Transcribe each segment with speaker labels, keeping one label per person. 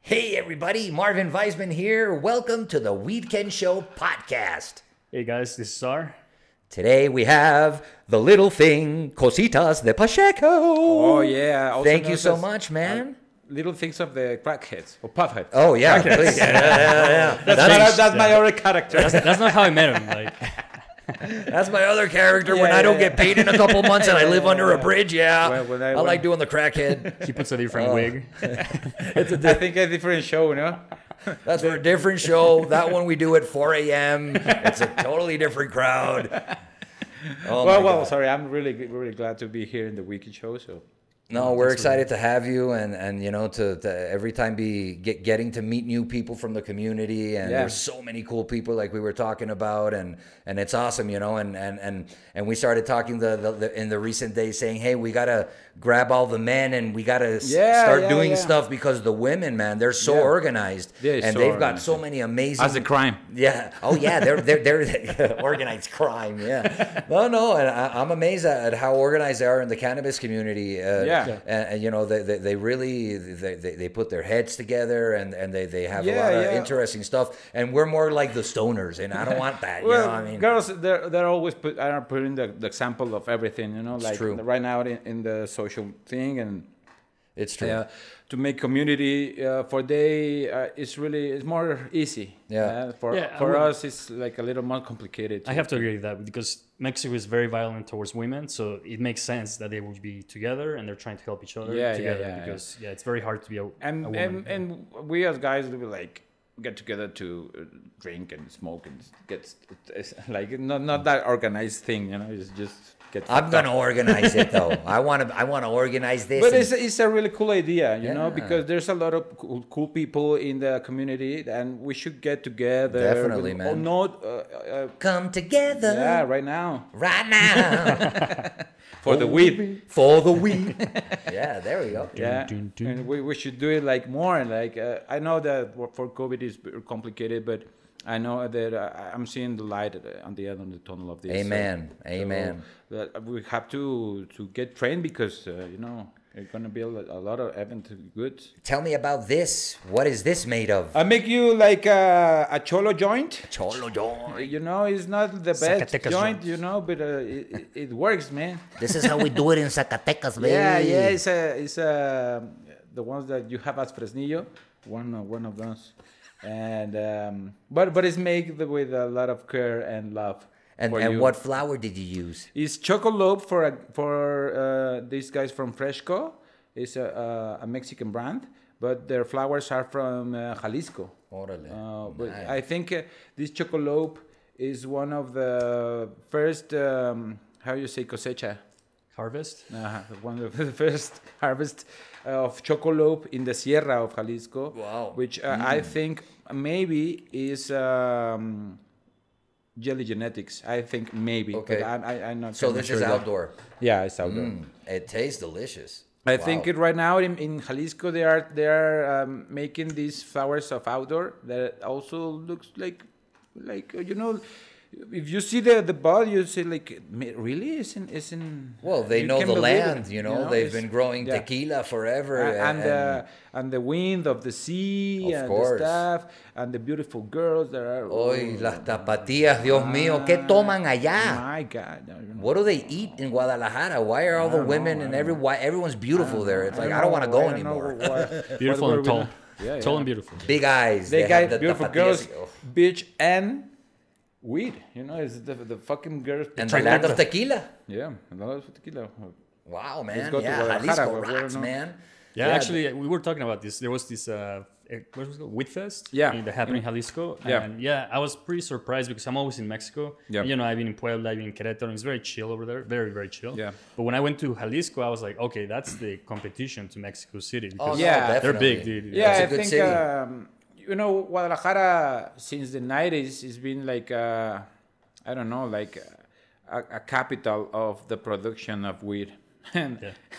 Speaker 1: Hey, everybody, Marvin Weisman here. Welcome to the Weedken Show podcast.
Speaker 2: Hey guys, this is Sar.
Speaker 1: Today we have the little thing, Cositas de Pacheco. Oh,
Speaker 3: Oh yeah. also
Speaker 1: Thank you
Speaker 3: known
Speaker 1: so
Speaker 3: as
Speaker 1: much, man.
Speaker 3: Little things of the crackheads or puffheads.
Speaker 1: oh, yeah, please. Yeah, yeah, yeah. That's,
Speaker 3: But
Speaker 2: Thanks.
Speaker 3: that's, my other character.
Speaker 2: That's, that's not how I met him. Like,
Speaker 1: that's my other character when
Speaker 3: Yeah,
Speaker 1: I don't
Speaker 3: yeah,
Speaker 1: get paid in a couple months and I live under a bridge. Yeah.
Speaker 3: When- when
Speaker 1: I,
Speaker 3: I-
Speaker 1: like
Speaker 3: when-
Speaker 1: doing the crackhead.
Speaker 2: he puts a
Speaker 3: Oh.
Speaker 2: different wig.
Speaker 3: I think a different show, you
Speaker 1: Oh
Speaker 3: know.
Speaker 1: That's for a different show. That one we do at 4 a.m. It's a totally different crowd. Oh,
Speaker 3: well,
Speaker 1: my
Speaker 3: well,
Speaker 1: God.
Speaker 3: sorry. I'm really, really glad to be here in the weekend show. So
Speaker 1: No, we're excited to have you, and and you know to, to every time be get, getting to meet new people from the community, and
Speaker 3: Yeah.
Speaker 1: there's so many cool people like we were talking about, and and it's awesome, you know, and and and and we started talking the, the, the in the recent days saying, hey, we gotta grab all the men, and we gotta s-
Speaker 3: Yeah,
Speaker 1: start
Speaker 3: yeah,
Speaker 1: doing
Speaker 3: yeah.
Speaker 1: stuff because the women, man, they're so
Speaker 3: Yeah.
Speaker 1: organized,
Speaker 3: They're
Speaker 1: and
Speaker 3: so
Speaker 1: they've got
Speaker 3: organized.
Speaker 1: so many amazing
Speaker 3: as a crime.
Speaker 1: yeah. Oh, yeah. They're they're they're organized crime. Yeah. No, no. And I, I'm amazed at how organized they are in the cannabis community. Uh,
Speaker 3: Yeah.
Speaker 1: And, and, you know, they, they, they really they, they, they put their heads together and, and they, they have a
Speaker 3: Yeah,
Speaker 1: lot of
Speaker 3: yeah.
Speaker 1: interesting stuff. And we're more like the stoners, and I don't want that. you
Speaker 3: Well,
Speaker 1: know, what I mean,
Speaker 3: girls, they're they're always put are putting the, the example of everything, you know. like
Speaker 1: true.
Speaker 3: right now in, in the social thing and
Speaker 1: it's true.
Speaker 3: uh, to make community uh, for they uh, it's really it's more easy.
Speaker 1: Yeah.
Speaker 3: Uh, for
Speaker 2: Yeah, I
Speaker 3: for
Speaker 2: would-
Speaker 3: us, it's like a little more complicated.
Speaker 2: I have to agree with that because Mexico is very violent towards women, so it makes sense that they would be together and they're trying to help each other
Speaker 3: Yeah, yeah,
Speaker 2: together
Speaker 3: yeah, yeah.
Speaker 2: because yeah. it's very hard to be a,
Speaker 3: and
Speaker 2: a woman.
Speaker 3: and, and we as guys we like get together to uh, drink and smoke and get it's like not not that organized thing you know it's just get
Speaker 1: I'm
Speaker 3: fucked
Speaker 1: gonna
Speaker 3: up.
Speaker 1: organize it though. I want to. I want to organize this.
Speaker 3: but
Speaker 1: and-
Speaker 3: it's, it's a really cool idea you know
Speaker 1: Yeah.
Speaker 3: because there's a lot of cool, cool people in the community and we should get together
Speaker 1: Definitely,
Speaker 3: with-
Speaker 1: man.
Speaker 3: or not uh, uh,
Speaker 1: come together
Speaker 3: yeah right now Oh,
Speaker 1: right now
Speaker 3: for the weed
Speaker 1: for the weed. yeah. There we go.
Speaker 3: yeah
Speaker 2: dun, dun.
Speaker 3: and we, we should do it like more like uh, i know that for- for covid is complicated but i know that uh, i'm seeing the light at the- on the end of the tunnel of this so-
Speaker 1: Amen.
Speaker 3: so
Speaker 1: Amen.
Speaker 3: that we have to to get trained because uh, you know it's gonna be a, lo- a lot of event goods
Speaker 1: Tell me about this. What is this made of?
Speaker 3: i make you like uh, a, a cholo joint
Speaker 1: Cholo joint.
Speaker 3: you know it's not the best
Speaker 2: Zacatecas joint.
Speaker 3: joint you know but uh, it, it, it works man
Speaker 1: This is how we do it in Zacatecas, baby.
Speaker 3: Yeah, yeah, it's a, it's a, the ones that you have as Fresnillo, one of, one of those, and um, but but it's made the- with a lot of care and love.
Speaker 1: And,
Speaker 3: for
Speaker 1: and
Speaker 3: you.
Speaker 1: what flour did you use?
Speaker 3: is Chocolope for a, for uh, these guys from Fresco? It's a, a, a Mexican brand, but their flowers are from uh, Jalisco.
Speaker 1: Órale.
Speaker 3: Uh, but
Speaker 1: Nice.
Speaker 3: I think uh, this Chocolope is one of the first um, how you say cosecha.
Speaker 2: harvest.
Speaker 3: Uh, one of the first harvest of chocolope in the Sierra of Jalisco,
Speaker 1: Wow. Mm.
Speaker 3: which uh, I think maybe is um, jelly genetics. I think maybe. but
Speaker 1: Okay.
Speaker 3: I'm, I, I'm not
Speaker 1: So
Speaker 3: kinda
Speaker 1: this
Speaker 3: sure
Speaker 1: is
Speaker 3: there.
Speaker 1: outdoor. Mm.
Speaker 3: Yeah, it's outdoor.
Speaker 1: It tastes delicious.
Speaker 3: I
Speaker 1: Wow.
Speaker 3: think it, right now in, in Jalisco they are they are um, making these flowers of outdoor that also looks like like uh, you know. If you see the the bud, you say like, "Ma- really? It's in, it's in.
Speaker 1: Well, they
Speaker 3: you
Speaker 1: know
Speaker 3: can
Speaker 1: the
Speaker 3: believe it,
Speaker 1: land, you know. They've
Speaker 3: it's-
Speaker 1: been growing
Speaker 3: yeah.
Speaker 1: tequila forever.
Speaker 3: A- and,
Speaker 1: and-
Speaker 3: the and the wind of the sea
Speaker 1: Of
Speaker 3: and
Speaker 1: course.
Speaker 3: the stuff and the beautiful girls that are oh
Speaker 1: Oy, las tapatías, Dios
Speaker 3: Ah.
Speaker 1: mío, ¿qué toman allá?
Speaker 3: my god no, you know.
Speaker 1: What do they eat in Guadalajara? Why are all the women and every why everyone's beautiful there? It's like I don't want to
Speaker 3: know
Speaker 1: go
Speaker 3: why, I don't know
Speaker 1: anymore.
Speaker 3: why- why
Speaker 2: Beautiful
Speaker 3: were
Speaker 2: and
Speaker 3: we
Speaker 2: tall.
Speaker 3: not- yeah,
Speaker 2: Tall
Speaker 3: yeah.
Speaker 2: and beautiful.
Speaker 1: Big eyes.
Speaker 3: they
Speaker 1: have
Speaker 3: got
Speaker 1: the
Speaker 3: beautiful
Speaker 1: tapatías. Oh.
Speaker 3: girls beach and weed you know it's the, the fucking girls
Speaker 1: and the land of tequila.
Speaker 3: yeah a lot of tequila
Speaker 1: Wow, man.
Speaker 3: go to
Speaker 1: Yeah,
Speaker 3: Guadalajara,
Speaker 1: Jalisco
Speaker 3: but we're
Speaker 1: rocks,
Speaker 3: not-
Speaker 1: man. Oh,
Speaker 2: Yeah, actually, we were talking about this. There was this uh, eh, what was it called? Wheatfest.
Speaker 3: Yeah.
Speaker 2: in- that happened in Jalisco.
Speaker 3: Yeah.
Speaker 2: and yeah, I was pretty surprised because I'm always in Mexico.
Speaker 3: Yeah.
Speaker 2: you know, I've been in Puebla, I've been in Querétaro. And it's very chill over there, very very chill.
Speaker 3: Yeah.
Speaker 2: but when I went to Jalisco, I was like, okay, that's the competition to Mexico City.
Speaker 1: Oh,
Speaker 2: Because
Speaker 1: yeah,
Speaker 3: Yeah.
Speaker 2: they're
Speaker 1: definitely.
Speaker 2: big, dude.
Speaker 3: yeah,
Speaker 1: It's a
Speaker 3: I
Speaker 1: good
Speaker 3: think
Speaker 1: city.
Speaker 3: um, you know Guadalajara since the nineties has been like uh, I don't know like a, a capital of the production of weed and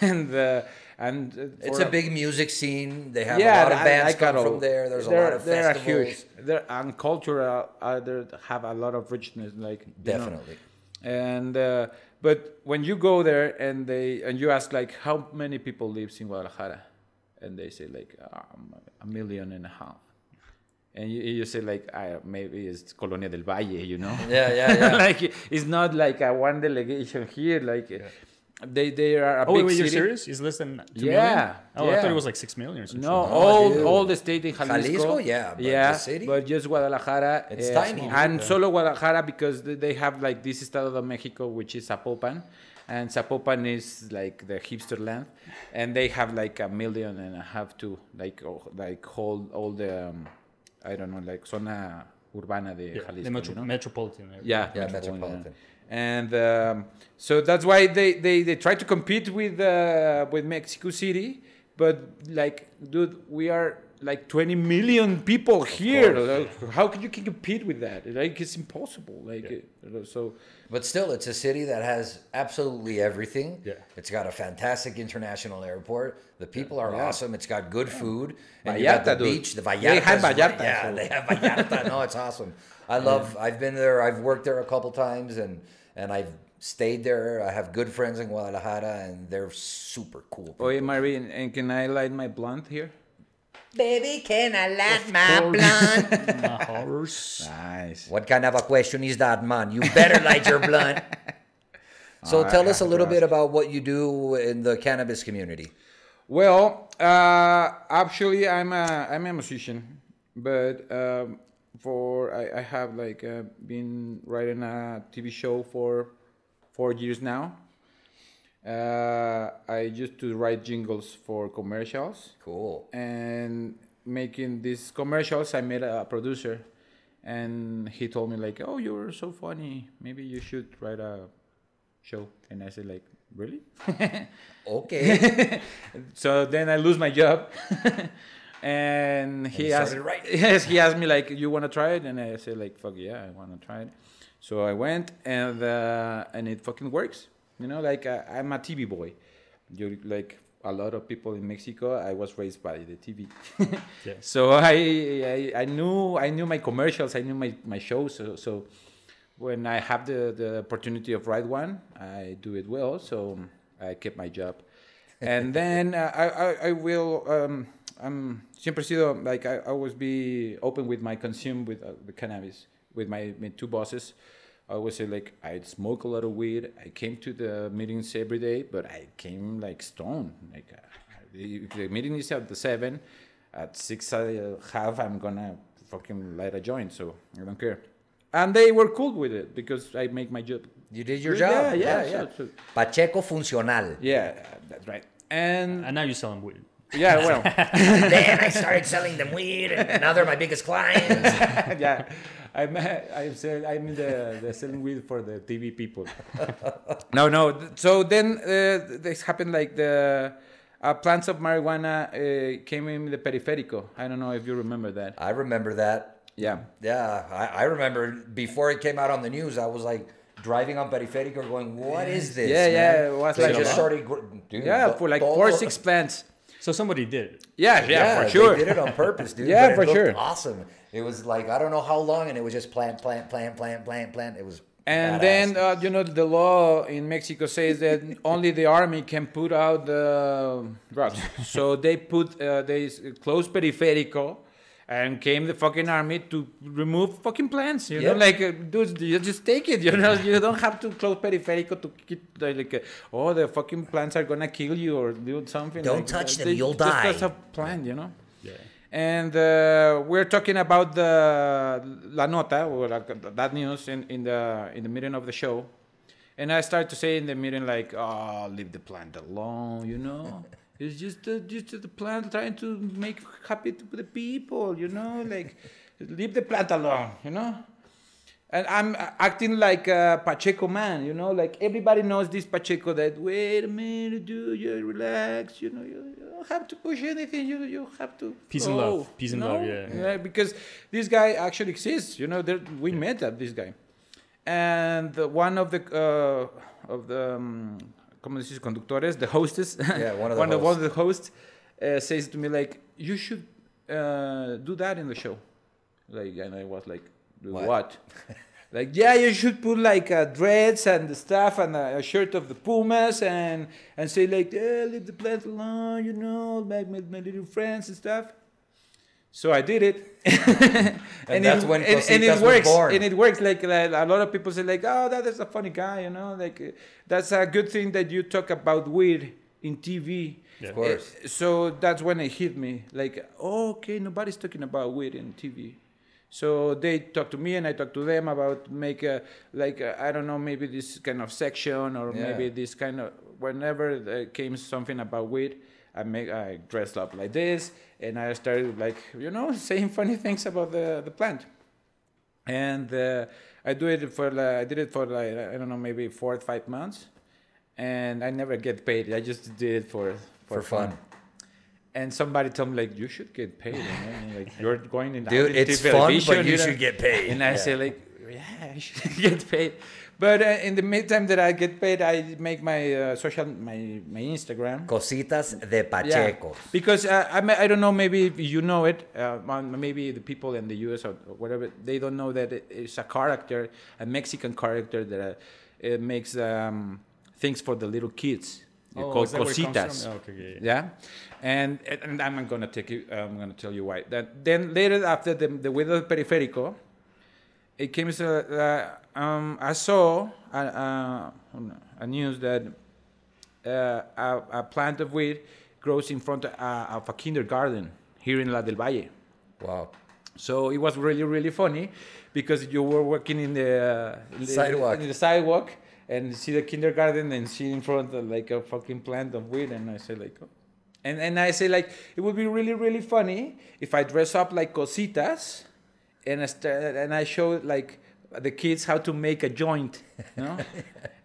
Speaker 3: and uh, and uh,
Speaker 1: It's
Speaker 3: for
Speaker 1: a big music scene. They have
Speaker 3: yeah
Speaker 1: a lot of
Speaker 3: I-
Speaker 1: bands
Speaker 3: I got
Speaker 1: come
Speaker 3: all-
Speaker 1: from there. There's a
Speaker 3: they're-
Speaker 1: lot of
Speaker 3: they're
Speaker 1: festivals.
Speaker 3: huge they're and cultural uh, they have a lot of richness like you know.
Speaker 1: Definitely.
Speaker 3: and uh, but when you go there and they and you ask like how many people lives in Guadalajara and they say like um, a million and a half. And you, you say like ah, maybe it's Colonia del Valle, you know?
Speaker 1: Yeah, yeah, yeah.
Speaker 3: like it's not like a one delegation here. Like they they are a
Speaker 2: Oh, wait,
Speaker 3: big
Speaker 2: wait, you're
Speaker 3: city.
Speaker 2: serious? It's less than two million?
Speaker 3: Yeah,
Speaker 2: Oh, I thought
Speaker 3: yeah.
Speaker 2: it was like six million or something.
Speaker 3: No,
Speaker 1: No,
Speaker 3: all
Speaker 1: dude.
Speaker 3: all the state in Jalisco.
Speaker 1: Jalisco, yeah, but the city?
Speaker 3: but just Guadalajara.
Speaker 1: It's
Speaker 3: eh,
Speaker 1: tiny.
Speaker 3: and solo Guadalajara because th- they have like this estado de Mexico, which is Zapopan, and Zapopan is like the hipster land, and they have like a million and a half to like oh, like whole all the um, I don't know like zona urbana de
Speaker 2: Yeah,
Speaker 3: Jalisco.
Speaker 2: the metro-
Speaker 3: you know?
Speaker 2: metropolitan area.
Speaker 3: Yeah,
Speaker 1: Yeah, metropolitan.
Speaker 3: And um, so that's why they, they, they try to compete with uh, with Mexico City, but like, dude, we are like 20 million people here. Like, how can you can compete with that? Like, it's impossible. Like, uh, so
Speaker 1: But still, it's a city that has absolutely everything.
Speaker 2: Yeah.
Speaker 1: It's got a fantastic international airport. The people are
Speaker 3: Yeah.
Speaker 1: awesome. It's got good food. And you got the
Speaker 3: Vallarta, dude.
Speaker 1: beach, the Vallarta.
Speaker 3: They have Vallarta,
Speaker 1: Yeah,
Speaker 3: so-
Speaker 1: they have Vallarta. no, it's awesome. I love, I've been there. I've worked there a couple times and, and I've stayed there. I have good friends in Guadalajara and they're super cool. people.
Speaker 3: oye, Marvin, and can I light my blunt here?
Speaker 1: Baby, can I light my blunt?
Speaker 2: My horrors.
Speaker 3: Nice.
Speaker 1: What kind of a question is that, man? You better light your blunt. So
Speaker 3: I
Speaker 1: tell us a
Speaker 3: have to
Speaker 1: little bit
Speaker 3: ask.
Speaker 1: about what you do in the cannabis community.
Speaker 3: Well, uh, actually, I'm a I'm a musician, but um, for I, I have like uh, been writing a TV show for four years now. Uh, I used to write jingles for commercials
Speaker 1: Cool.
Speaker 3: and making these commercials i met a producer and he told me like oh you're so funny maybe you should write a show and i said like really
Speaker 1: Okay.
Speaker 3: so then I lose my job. and he
Speaker 1: you
Speaker 3: asked,
Speaker 1: started writing.
Speaker 3: yes, he asked me like, "You want to try it?" And I said like, "Fuck yeah, I want to try it." So I went, and uh, and it fucking works. You know, like I, I'm a TV boy. You like a lot of people in Mexico. I was raised by the TV,
Speaker 2: Yeah.
Speaker 3: so I, I I knew I knew my commercials, I knew my my shows. So, so when I have the the opportunity of write one, I do it well. So I kept my job, and then uh, I, I I will um I'm siempre he sido like I I always be open with my consume with uh, the cannabis with my, my two bosses. I always say like I smoke a lot of weed. I came to the meetings every day, but I came like stoned. Like uh, if the meeting is at the seven, at six I have I'm gonna fucking light a joint. So I don't care. And they were cool with it because I make my job.
Speaker 1: You did your
Speaker 3: Yeah,
Speaker 1: job.
Speaker 3: yeah, yeah. so-
Speaker 1: Pacheco funcional.
Speaker 3: yeah, that's right. And
Speaker 2: And now you sell them weed.
Speaker 3: yeah, well.
Speaker 1: then I started selling them weed, and now they're my biggest clients.
Speaker 3: yeah, I'm I'm sell, I'm the, the selling weed for the TV people. no, no. th- So then uh, this happened like the uh, plants of marijuana uh, came in the periférico. I don't know if you remember that.
Speaker 1: I remember that.
Speaker 3: Yeah.
Speaker 1: Yeah, I, I remember before it came out on the news, I was like driving on Periférico going, what is this?
Speaker 3: Yeah,
Speaker 1: man?"
Speaker 3: yeah, it was
Speaker 1: They
Speaker 3: like-
Speaker 1: just started. gr- Dude,
Speaker 3: Yeah,
Speaker 1: the-
Speaker 3: for like
Speaker 1: all-
Speaker 3: four six plants.
Speaker 2: So somebody did. it.
Speaker 3: Yeah, yeah, for
Speaker 1: they
Speaker 3: sure.
Speaker 1: did it on purpose, dude.
Speaker 3: Yeah,
Speaker 1: but it
Speaker 3: for
Speaker 1: looked
Speaker 3: sure.
Speaker 1: Awesome. It was like I don't know how long, and it was just plant, plant, plant, plant, plant, plant. It was.
Speaker 3: And
Speaker 1: badass.
Speaker 3: then uh, you know the law in Mexico says that only the army can put out the drugs. so they put uh, they s- closed Periférico, and came the fucking army to remove fucking plants. You know,
Speaker 1: Yep.
Speaker 3: like uh, dude, you just take it. You know, you don't have to close Periférico to keep the, like uh, oh the fucking plants are gonna kill you or do something.
Speaker 1: Don't
Speaker 3: like,
Speaker 1: touch
Speaker 3: uh,
Speaker 1: them, you'll
Speaker 3: just-
Speaker 1: die.
Speaker 3: That's a plan, you know.
Speaker 2: Yeah.
Speaker 3: And uh, we're talking about the la nota or like that news in, in the in the meeting of the show, and I start to say in the meeting like, "Oh, leave the plant alone," you know. it's just uh, just the plant trying to make happy to the people, you know. Like, leave the plant alone, you know. And I'm uh, acting like a Pacheco man, you know, like everybody knows this Pacheco that, wait a minute, dude, you relax, you know, you, you don't have to push anything, you, you have to.
Speaker 2: Peace and
Speaker 3: go,
Speaker 2: love, peace and
Speaker 3: you
Speaker 2: love,
Speaker 3: know?
Speaker 2: yeah.
Speaker 3: Because this guy actually exists, you know, there, we met up this guy. And the- one of the, uh, of the, um, ¿cómo dices? Conductores, the hostess.
Speaker 1: Yeah, one of the
Speaker 3: one of the hosts uh, says to me, like, you should uh, do that in the show. Like, and I was like, do
Speaker 1: What?
Speaker 3: what? like yeah you should put like uh, dreads and the stuff and a, a shirt of the pumas and and say like eh, leave the plants alone you know make my, my little friends and stuff so i did it and,
Speaker 1: that's
Speaker 3: it,
Speaker 1: when
Speaker 3: and, and
Speaker 1: Cositas
Speaker 3: it
Speaker 1: was
Speaker 3: works
Speaker 1: born.
Speaker 3: and it works like, like a lot of people say like oh that is a funny guy you know like uh, that's a good thing that you talk about weed in tv
Speaker 2: Yeah. Of
Speaker 1: course.
Speaker 3: Uh, so that's when it hit me like oh, okay nobody's talking about weed in tv so they talk to me and i talk to them about make a like I i don't know maybe this kind of section or
Speaker 1: Yeah.
Speaker 3: maybe this kind of whenever there came something about weed i make i dressed up like this and i started like you know saying funny things about the the plant and uh, I do it for like, I did it for like I don't know maybe four or five months, and I never get paid. I just did it for
Speaker 1: for fun.
Speaker 3: And somebody told me like you should get paid, you know? and like you're going in
Speaker 1: Dude,
Speaker 3: active
Speaker 1: it's fun,
Speaker 3: television,
Speaker 1: but you
Speaker 3: know?
Speaker 1: should get paid.
Speaker 3: And I say like yeah, I should get paid. But uh, in the meantime that I get paid, I make my uh, social my my Instagram.
Speaker 1: Cositas de
Speaker 3: Yeah,
Speaker 1: Pacheco.
Speaker 3: because uh, I, may- I don't know, maybe if you know it, uh, um, maybe the people in the US or whatever, they don't know that it- it's a character, a Mexican character that uh, it makes um, things for the little kids. It's
Speaker 2: Oh,
Speaker 3: called
Speaker 2: is that where it comes
Speaker 3: cositas.
Speaker 2: from? Okay, yeah, yeah.
Speaker 3: Yeah, and and- and I'm gonna take you. I'm gonna tell you why. That then later after the the widow periférico, it came to uh, um, I saw a, a, a news that uh, a, a plant of weed grows in front of a, of a kindergarten here in La del Valle.
Speaker 1: Wow.
Speaker 3: So it was really really funny because you were walking in the uh,
Speaker 1: Sidewalk.
Speaker 3: in the sidewalk and see the kindergarten and see in front of like a fucking plant of weed and I say like oh. and and I say like it would be really really funny if I dress up like cositas and I sta- and I show like the kids how to make a joint, no?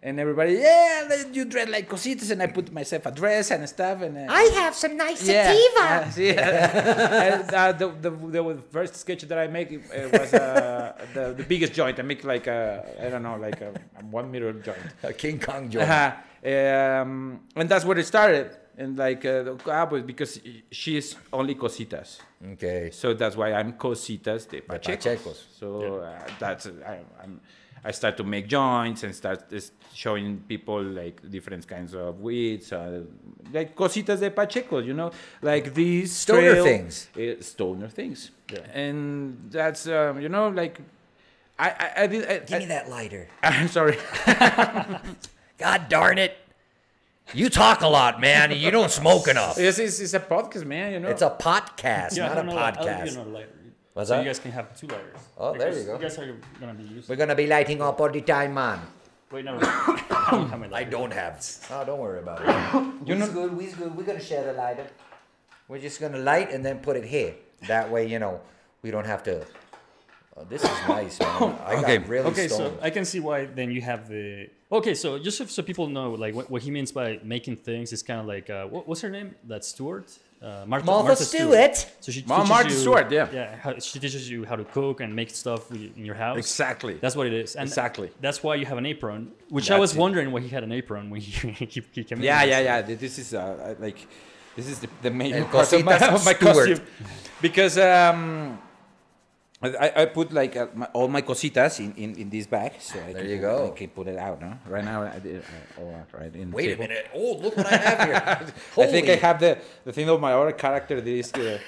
Speaker 3: and everybody, yeah, let you dress like cositas, and I put myself a dress and stuff, and uh,
Speaker 4: I have some nice
Speaker 3: yeah,
Speaker 4: sativa.
Speaker 3: yeah. And, uh, the, the, the first sketch that I make uh, was uh, the, the biggest joint. I make like a, I don't know, like a, a one meter joint.
Speaker 1: A King Kong joint.
Speaker 3: Uh-huh. Um, and that's where it started. And like, uh, the- ah, but because she's only cositas.
Speaker 1: Okay.
Speaker 3: So that's why I'm cositas de Pachecos.
Speaker 1: Pachecos.
Speaker 3: So uh, that's I, I'm, I start to make joints and start this showing people like different kinds of weeds, uh, like cositas de Pachecos, you know, like these
Speaker 1: Stoner things.
Speaker 3: uh, stoner things,
Speaker 2: Yeah.
Speaker 3: and that's um, you know like I I, I did I,
Speaker 1: Give me that lighter.
Speaker 3: I, am sorry.
Speaker 1: God darn it. You talk a lot, man, and you don't smoke enough.
Speaker 3: Yes, it's, it's a podcast, man. You know,
Speaker 1: It's a podcast,
Speaker 2: Yeah,
Speaker 1: not a
Speaker 2: no, no, I'll give Oh, you
Speaker 1: podcast.
Speaker 2: another lighter.
Speaker 1: What's
Speaker 2: so
Speaker 1: that?
Speaker 2: you guys can have two lighters.
Speaker 1: Oh, there
Speaker 2: Because
Speaker 1: you go.
Speaker 2: You guys are gonna be used.
Speaker 1: We're gonna be lighting up all the time, man.
Speaker 2: Wait, never. mind. I don't have my
Speaker 1: I
Speaker 2: lighter.
Speaker 1: don't have. Oh, don't worry about it.
Speaker 3: you
Speaker 1: It's
Speaker 3: know,
Speaker 1: good. We's good. We're gonna share the lighter. We're just gonna light and then put it here. That way, you know, we don't have to. Oh, this is nice, man. I
Speaker 3: Okay.
Speaker 1: got really
Speaker 2: Okay, so
Speaker 1: stoned.
Speaker 2: I can see why then you have the. Okay, so just if, so people know, like what, what he means by making things is kind of like uh, what, what's her name? That Stewart, uh, Martha,
Speaker 1: Martha Stewart.
Speaker 2: So she
Speaker 3: Ma-
Speaker 2: teaches
Speaker 3: Martha
Speaker 2: you-
Speaker 3: Stewart, yeah.
Speaker 2: yeah. How, she teaches you how to cook and make stuff with- in your house.
Speaker 3: exactly.
Speaker 2: That's what it is. And
Speaker 3: Exactly.
Speaker 2: That's why you have an apron, which I
Speaker 3: That's
Speaker 2: was
Speaker 3: it.
Speaker 2: wondering why he had an apron when he, he, he came in.
Speaker 3: Yeah, yeah, yeah. Th- This is uh, uh, like this is the, the main
Speaker 1: And
Speaker 3: part of my,
Speaker 1: cositas
Speaker 3: of my
Speaker 1: Stewart.
Speaker 3: costume because um, I, I put like uh, my, all my cositas in, in, in this bag, so I
Speaker 1: There
Speaker 3: can
Speaker 1: you
Speaker 3: put-
Speaker 1: go.
Speaker 3: I can put it out. No, right now I did uh, all out, right. In the
Speaker 1: Wait a
Speaker 3: table.
Speaker 1: minute. Oh, look what I have here.
Speaker 3: I think I
Speaker 1: Holy-
Speaker 3: have the the thing of my other character. This uh,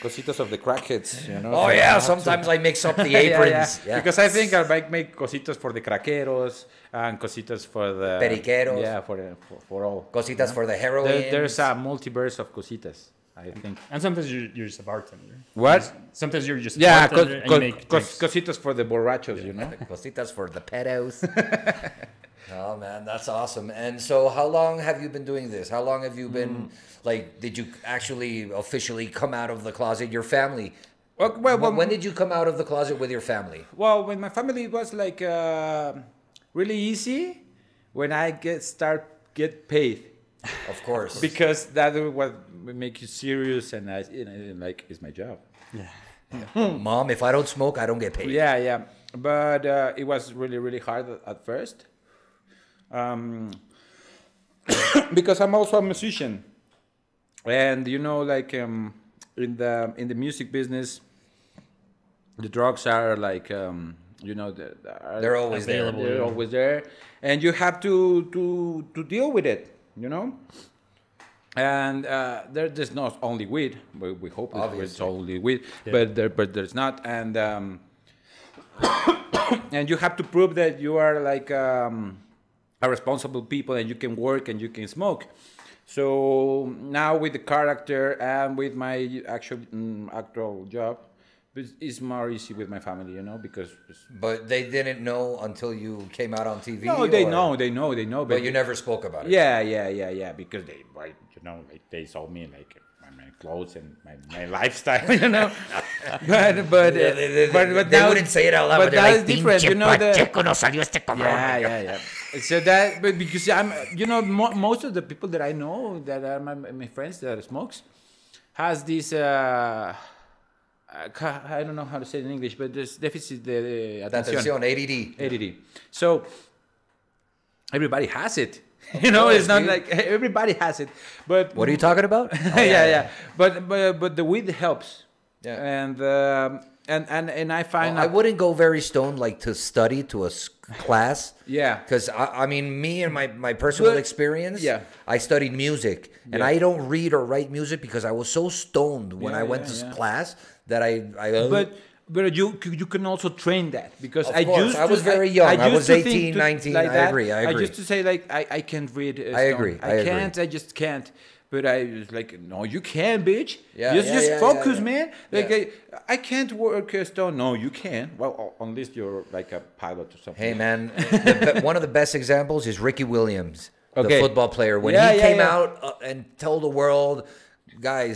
Speaker 3: cositas of the crackheads. You know.
Speaker 1: Oh
Speaker 3: so-
Speaker 1: yeah, sometimes I mix up the aprons. yeah.
Speaker 3: Because I think I might make cositas for the craqueros and cositas for the
Speaker 1: Periqueros.
Speaker 3: Yeah, for, the- for for all.
Speaker 1: cositas for the heroin.
Speaker 3: There, there's a multiverse of cositas, I think.
Speaker 2: And sometimes you're, you're just a bartender.
Speaker 3: What?
Speaker 2: Sometimes you're just a
Speaker 3: Yeah, cos,
Speaker 2: bartender and you
Speaker 3: cos,
Speaker 2: make
Speaker 3: cos,
Speaker 2: drinks.
Speaker 3: cositas for the borrachos, you know?
Speaker 1: cositas for the pedos. oh man, that's awesome. And so, how long have you been doing this? How long have you been
Speaker 3: Mm.
Speaker 1: like? Did you actually officially come out of the closet? Your family.
Speaker 3: Well, well,
Speaker 1: When, when
Speaker 3: well,
Speaker 1: did you come out of the closet with your family?
Speaker 3: well, when my family it was like uh, really easy when I get start get paid
Speaker 1: Of course.
Speaker 3: because that was what make you serious and I you know, and like it's my job.
Speaker 1: Mom, if I don't smoke, I don't get paid.
Speaker 3: Yeah, yeah, but uh, it was really really hard at, at first, um, because I'm also a musician, and you know, like um, in the in the music business, the drugs are like um, you know the, are
Speaker 1: They're always there.
Speaker 2: Available,
Speaker 3: they're
Speaker 2: yeah.
Speaker 3: always there and you have to to to deal with it you know and uh, there, there's not only weed we, we hope it's- it's
Speaker 1: Obviously.
Speaker 3: only weed but there but there's not and um, and you have to prove that you are like um, a responsible people and you can work and you can smoke so now with the character and with my actual mm, actual job it's- it's more easy with my family you know because it's-
Speaker 1: But they didn't know until you came out on TV.
Speaker 3: no they
Speaker 1: or-
Speaker 3: know they know they know but,
Speaker 1: But you never spoke about it.
Speaker 3: yeah yeah yeah yeah because they like you know like they saw me like my, my clothes and my, my lifestyle you know but but
Speaker 1: They,
Speaker 3: uh,
Speaker 1: they, they,
Speaker 3: but, but
Speaker 1: they
Speaker 3: now-
Speaker 1: wouldn't say it out loud, but,
Speaker 3: now
Speaker 1: they're like,
Speaker 3: it's different you know the,
Speaker 1: Pacheco no salió este cabrón.
Speaker 3: Yeah, yeah, yeah. So that, but because I'm, you know, mo- most of the people that I know that are my, my friends that smokes has this, uh, I ca- I don't know how to say it in English, but this deficit de, de
Speaker 1: Atención,
Speaker 3: atención,
Speaker 1: ADD.
Speaker 3: ADD. So everybody has it. You know, it's not
Speaker 1: dude.
Speaker 3: like everybody has it, but
Speaker 1: What are you talking about?
Speaker 3: yeah, yeah, But, but but the weed helps,
Speaker 1: Yeah.
Speaker 3: and um, and and and I find
Speaker 1: I
Speaker 3: out-
Speaker 1: wouldn't go very stoned like to study to a s- class.
Speaker 3: Yeah.
Speaker 1: Because I, I mean, me and my, my personal
Speaker 3: Well,
Speaker 1: experience,
Speaker 3: yeah.
Speaker 1: I studied music and
Speaker 3: Yeah.
Speaker 1: I don't read or write music because I was so stoned when
Speaker 3: Yeah,
Speaker 1: I went
Speaker 3: yeah,
Speaker 1: to s-
Speaker 3: yeah.
Speaker 1: class that I. I
Speaker 3: but but you c- you can also train that because
Speaker 1: Of
Speaker 3: I
Speaker 1: course,
Speaker 3: used
Speaker 1: I was
Speaker 3: to,
Speaker 1: very young. I
Speaker 3: used
Speaker 1: was
Speaker 3: to think
Speaker 1: 18, 19, I
Speaker 3: that.
Speaker 1: agree, I agree.
Speaker 3: used to say like I, I can't read. uh,
Speaker 1: I
Speaker 3: Stone.
Speaker 1: agree,
Speaker 3: I,
Speaker 1: I agree.
Speaker 3: can't. I just can't. But I was like, no, you can, bitch.
Speaker 1: Yeah,
Speaker 3: just
Speaker 1: yeah,
Speaker 3: just
Speaker 1: yeah, yeah,
Speaker 3: focus,
Speaker 1: yeah.
Speaker 3: man. Like
Speaker 1: Yeah.
Speaker 3: I, I can't work a stone. No, you can. Well, u- unless you're like a pilot or something.
Speaker 1: Hey man, the be- one of the best examples is Ricky Williams,
Speaker 3: Okay.
Speaker 1: the football player. When
Speaker 3: Yeah,
Speaker 1: he
Speaker 3: yeah,
Speaker 1: came
Speaker 3: yeah.
Speaker 1: out uh, and told the world, guys,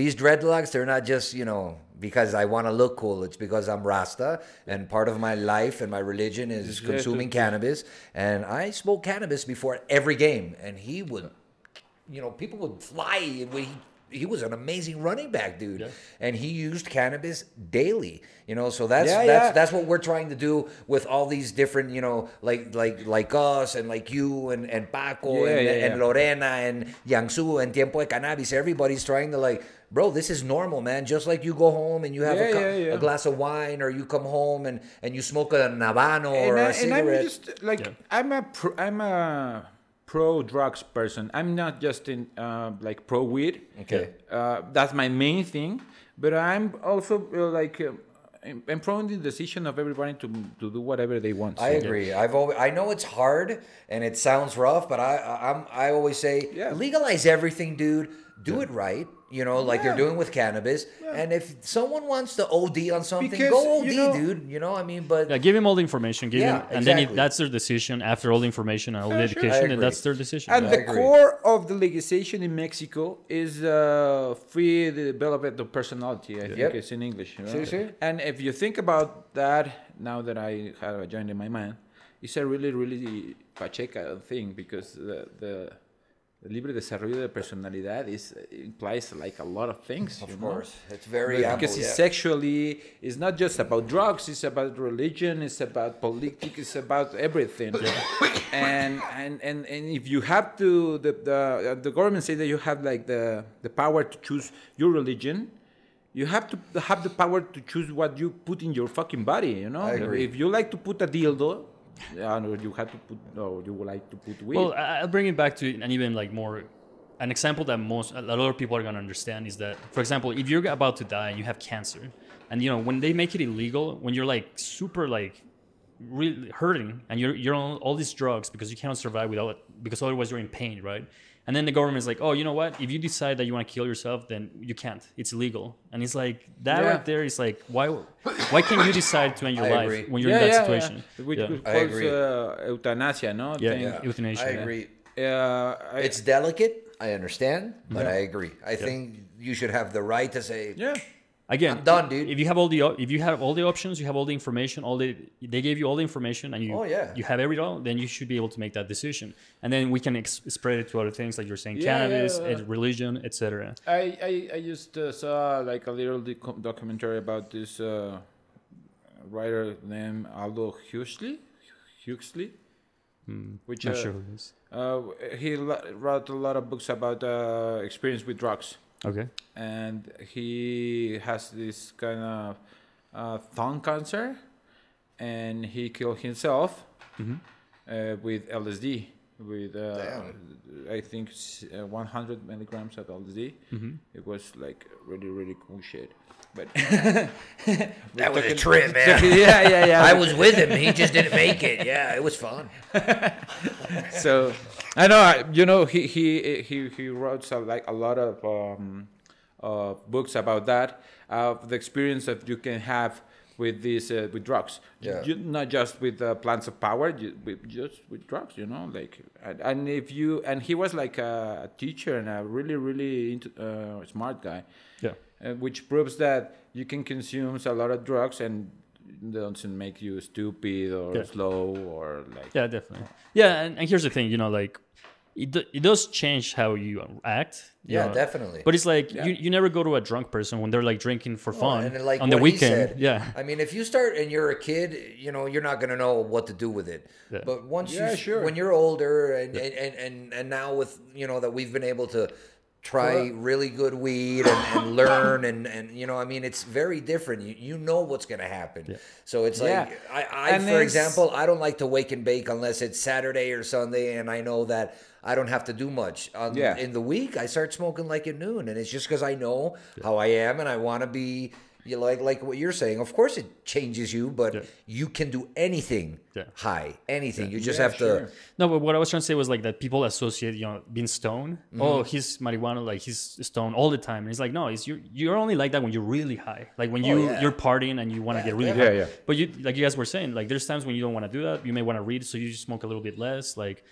Speaker 1: these dreadlocks, they're not just, you know, because I want to look cool. It's because I'm Rasta and part of my life and my religion is
Speaker 3: Yeah,
Speaker 1: consuming cannabis. And I smoke cannabis before every game. And he would, you know, people would fly when he. He was an amazing running back, dude, and he used cannabis daily. You know, so that's
Speaker 3: Yeah,
Speaker 1: that's
Speaker 3: yeah.
Speaker 1: that's what we're trying to do with all these different, you know, like like like us and like you and and Paco
Speaker 3: Yeah,
Speaker 1: and,
Speaker 3: yeah,
Speaker 1: and
Speaker 3: yeah.
Speaker 1: Lorena and Yangsu and Tiempo de Cannabis. Everybody's trying to like, bro, this is normal, man. Just like you go home and you have a,
Speaker 3: Yeah,
Speaker 1: cu-
Speaker 3: yeah, yeah.
Speaker 1: a glass of wine, or you come home and and you smoke a Navano or
Speaker 3: and,
Speaker 1: a
Speaker 3: I, and I'm
Speaker 1: cigarette.
Speaker 3: just like
Speaker 2: Yeah.
Speaker 3: I'm a pro, I'm a pro drugs person. I'm not just in uh, like pro weed.
Speaker 1: Okay.
Speaker 3: Uh, that's my main thing. But I'm also uh, like um, I'm I'm pro the decision of everybody to to do whatever they want.
Speaker 1: I
Speaker 3: So-
Speaker 1: agree. I've always, I know it's hard and it sounds rough, but I I- I'm I always say
Speaker 3: Yeah.
Speaker 1: legalize everything, dude. Do it right. You know, like you're
Speaker 3: Yeah.
Speaker 1: doing with cannabis. And if someone wants to OD on something,
Speaker 3: Because,
Speaker 1: go OD,
Speaker 3: you know-
Speaker 1: dude. You know, I mean, but
Speaker 2: Yeah, give him all the information. Give
Speaker 1: Yeah,
Speaker 2: him, and then it,
Speaker 1: exactly.
Speaker 2: that's their decision. After all the information and all the
Speaker 3: Yeah, sure. I
Speaker 2: education, then
Speaker 1: agree.
Speaker 2: that's their decision.
Speaker 3: And
Speaker 2: yeah.
Speaker 3: the
Speaker 1: agree.
Speaker 3: core of the legalization in Mexico is uh, free development of personality. I think
Speaker 1: Yep.
Speaker 3: it's in English. you know?
Speaker 1: Sí, sí.
Speaker 3: And if you think about that, now that I have a joint in my mind, it's a really, really Pacheca thing because the, the, the libre desarrollo de personalidad is implies like a lot of things. you
Speaker 1: of
Speaker 3: know?
Speaker 1: course, it's very
Speaker 3: But
Speaker 1: ample,
Speaker 3: because it's
Speaker 1: yeah.
Speaker 3: sexually, it's not just about drugs. It's about religion. It's about politics. It's about everything. and, and and and if you have to, the the, uh, the government say that you have like the the power to choose your religion. You have to have the power to choose what you put in your fucking body. You know,
Speaker 1: I agree.
Speaker 3: if you like to put a dildo, uh, no, you have to put, or you would like to put weed.
Speaker 2: Well, I- I'll bring it back to an even like more an example that most a lot of people are gonna understand is that, for example, if you're about to die and you have cancer, and you know when they make it illegal, when you're like super like really hurting and you're you're on all these drugs because you cannot survive without it because otherwise you're in pain, right? And then the government's like, oh, you know what? If you decide that you want to kill yourself, then you can't. It's illegal. And it's like that
Speaker 3: Yeah.
Speaker 2: right there is like why why can't you decide to end your
Speaker 1: I
Speaker 2: life
Speaker 1: agree.
Speaker 2: when you're in that situation?
Speaker 3: Which
Speaker 2: Yeah.
Speaker 3: could
Speaker 1: I
Speaker 3: cause
Speaker 1: agree.
Speaker 3: uh, euthanasia, no?
Speaker 2: Yeah,
Speaker 3: Thing.
Speaker 2: yeah. euthanasia,
Speaker 1: I
Speaker 2: yeah.
Speaker 1: agree.
Speaker 3: Uh, I,
Speaker 1: It's delicate. I understand, but I agree. I think you should have the right to say,
Speaker 3: yeah.
Speaker 2: Again,
Speaker 1: I'm done, dude.
Speaker 2: If you have all the op- if you have all the options, you have all the information, all the they gave you all the information, and you
Speaker 1: Oh, yeah.
Speaker 2: you have every all, then you should be able to make that decision, and then we can ex- spread it to other things like you're saying,
Speaker 3: Yeah, yeah,
Speaker 2: cannabis,
Speaker 3: yeah.
Speaker 2: and religion, etc.
Speaker 3: I, I, I just uh, saw like a little doc- documentary about this uh, writer named Aldo Huxley, Huxley, which
Speaker 2: Hmm, Not
Speaker 3: uh,
Speaker 2: sure who it is.
Speaker 3: uh, he lo- wrote a lot of books about uh, experience with drugs,
Speaker 2: Okay,
Speaker 3: and he has this kind of uh, thong cancer, and he killed himself
Speaker 1: Mm-hmm.
Speaker 3: uh, with LSD. With uh, I think s- uh, 100 milligrams of LSD.
Speaker 1: Mm-hmm.
Speaker 3: It was like really really cool shit. But
Speaker 1: That was a trip, man.
Speaker 3: yeah yeah yeah.
Speaker 1: I was with him. He just didn't make it. Yeah, it was fun.
Speaker 3: so I know I- you know he he he he wrote some, like a lot of um, uh, books about that of the experience that you can have with these uh, with drugs
Speaker 1: Yeah.
Speaker 3: You- not just with uh, plants of power ju- with, just with drugs you know like and, and if you and he was like a teacher and a really really into, uh, smart guy
Speaker 2: Yeah.
Speaker 3: uh, which proves that you can consume a lot of drugs and doesn't make you stupid or
Speaker 2: Yeah.
Speaker 3: slow or like
Speaker 2: Yeah, definitely. Yeah, and, and here's the thing, you know, like it, do- it does change how you act. you
Speaker 1: Yeah,
Speaker 2: know,
Speaker 1: definitely.
Speaker 2: But it's like
Speaker 3: Yeah.
Speaker 2: you, you never go to a drunk person when they're like drinking for
Speaker 1: Well,
Speaker 2: fun
Speaker 1: and like
Speaker 2: on the
Speaker 1: what he
Speaker 2: weekend.
Speaker 1: said,
Speaker 2: yeah.
Speaker 1: I mean, if you start and you're a kid, you know, you're not gonna know what to do with it.
Speaker 2: Yeah.
Speaker 1: But once
Speaker 3: Yeah,
Speaker 1: you,
Speaker 3: sure.
Speaker 1: when you're older, and, and, and and and now with you know that we've been able to try really good weed and, and learn and and you know, I mean, it's very different. You you know what's gonna happen. So it's like
Speaker 3: Yeah.
Speaker 1: I, I
Speaker 3: And
Speaker 1: for
Speaker 3: it's-
Speaker 1: example, I don't like to wake and bake unless it's Saturday or Sunday, and I know that. I don't have to do much. Um, On,
Speaker 3: Yeah.
Speaker 1: In the week, I start smoking like at noon, and it's just because I know how I am, and I want to be. You like like what you're saying. Of course, it changes you, but
Speaker 2: Yeah.
Speaker 1: you can do anything
Speaker 2: Yeah.
Speaker 1: high, anything. You just
Speaker 3: Yeah,
Speaker 1: have to.
Speaker 3: sure.
Speaker 2: No, but what I was trying to say was like that people associate, you know, being stoned.
Speaker 3: Mm-hmm.
Speaker 2: Oh, he's marijuana, like he's stoned all the time. And it's like, no, it's you. You're only like that when you're really high, like when you
Speaker 1: yeah.
Speaker 2: you're partying and you want to get really
Speaker 1: yeah.
Speaker 2: high.
Speaker 3: Oh, Yeah, yeah.
Speaker 2: But you, like you guys were saying, like there's times when you don't want to do that. You may want to read, so you just smoke a little bit less. Like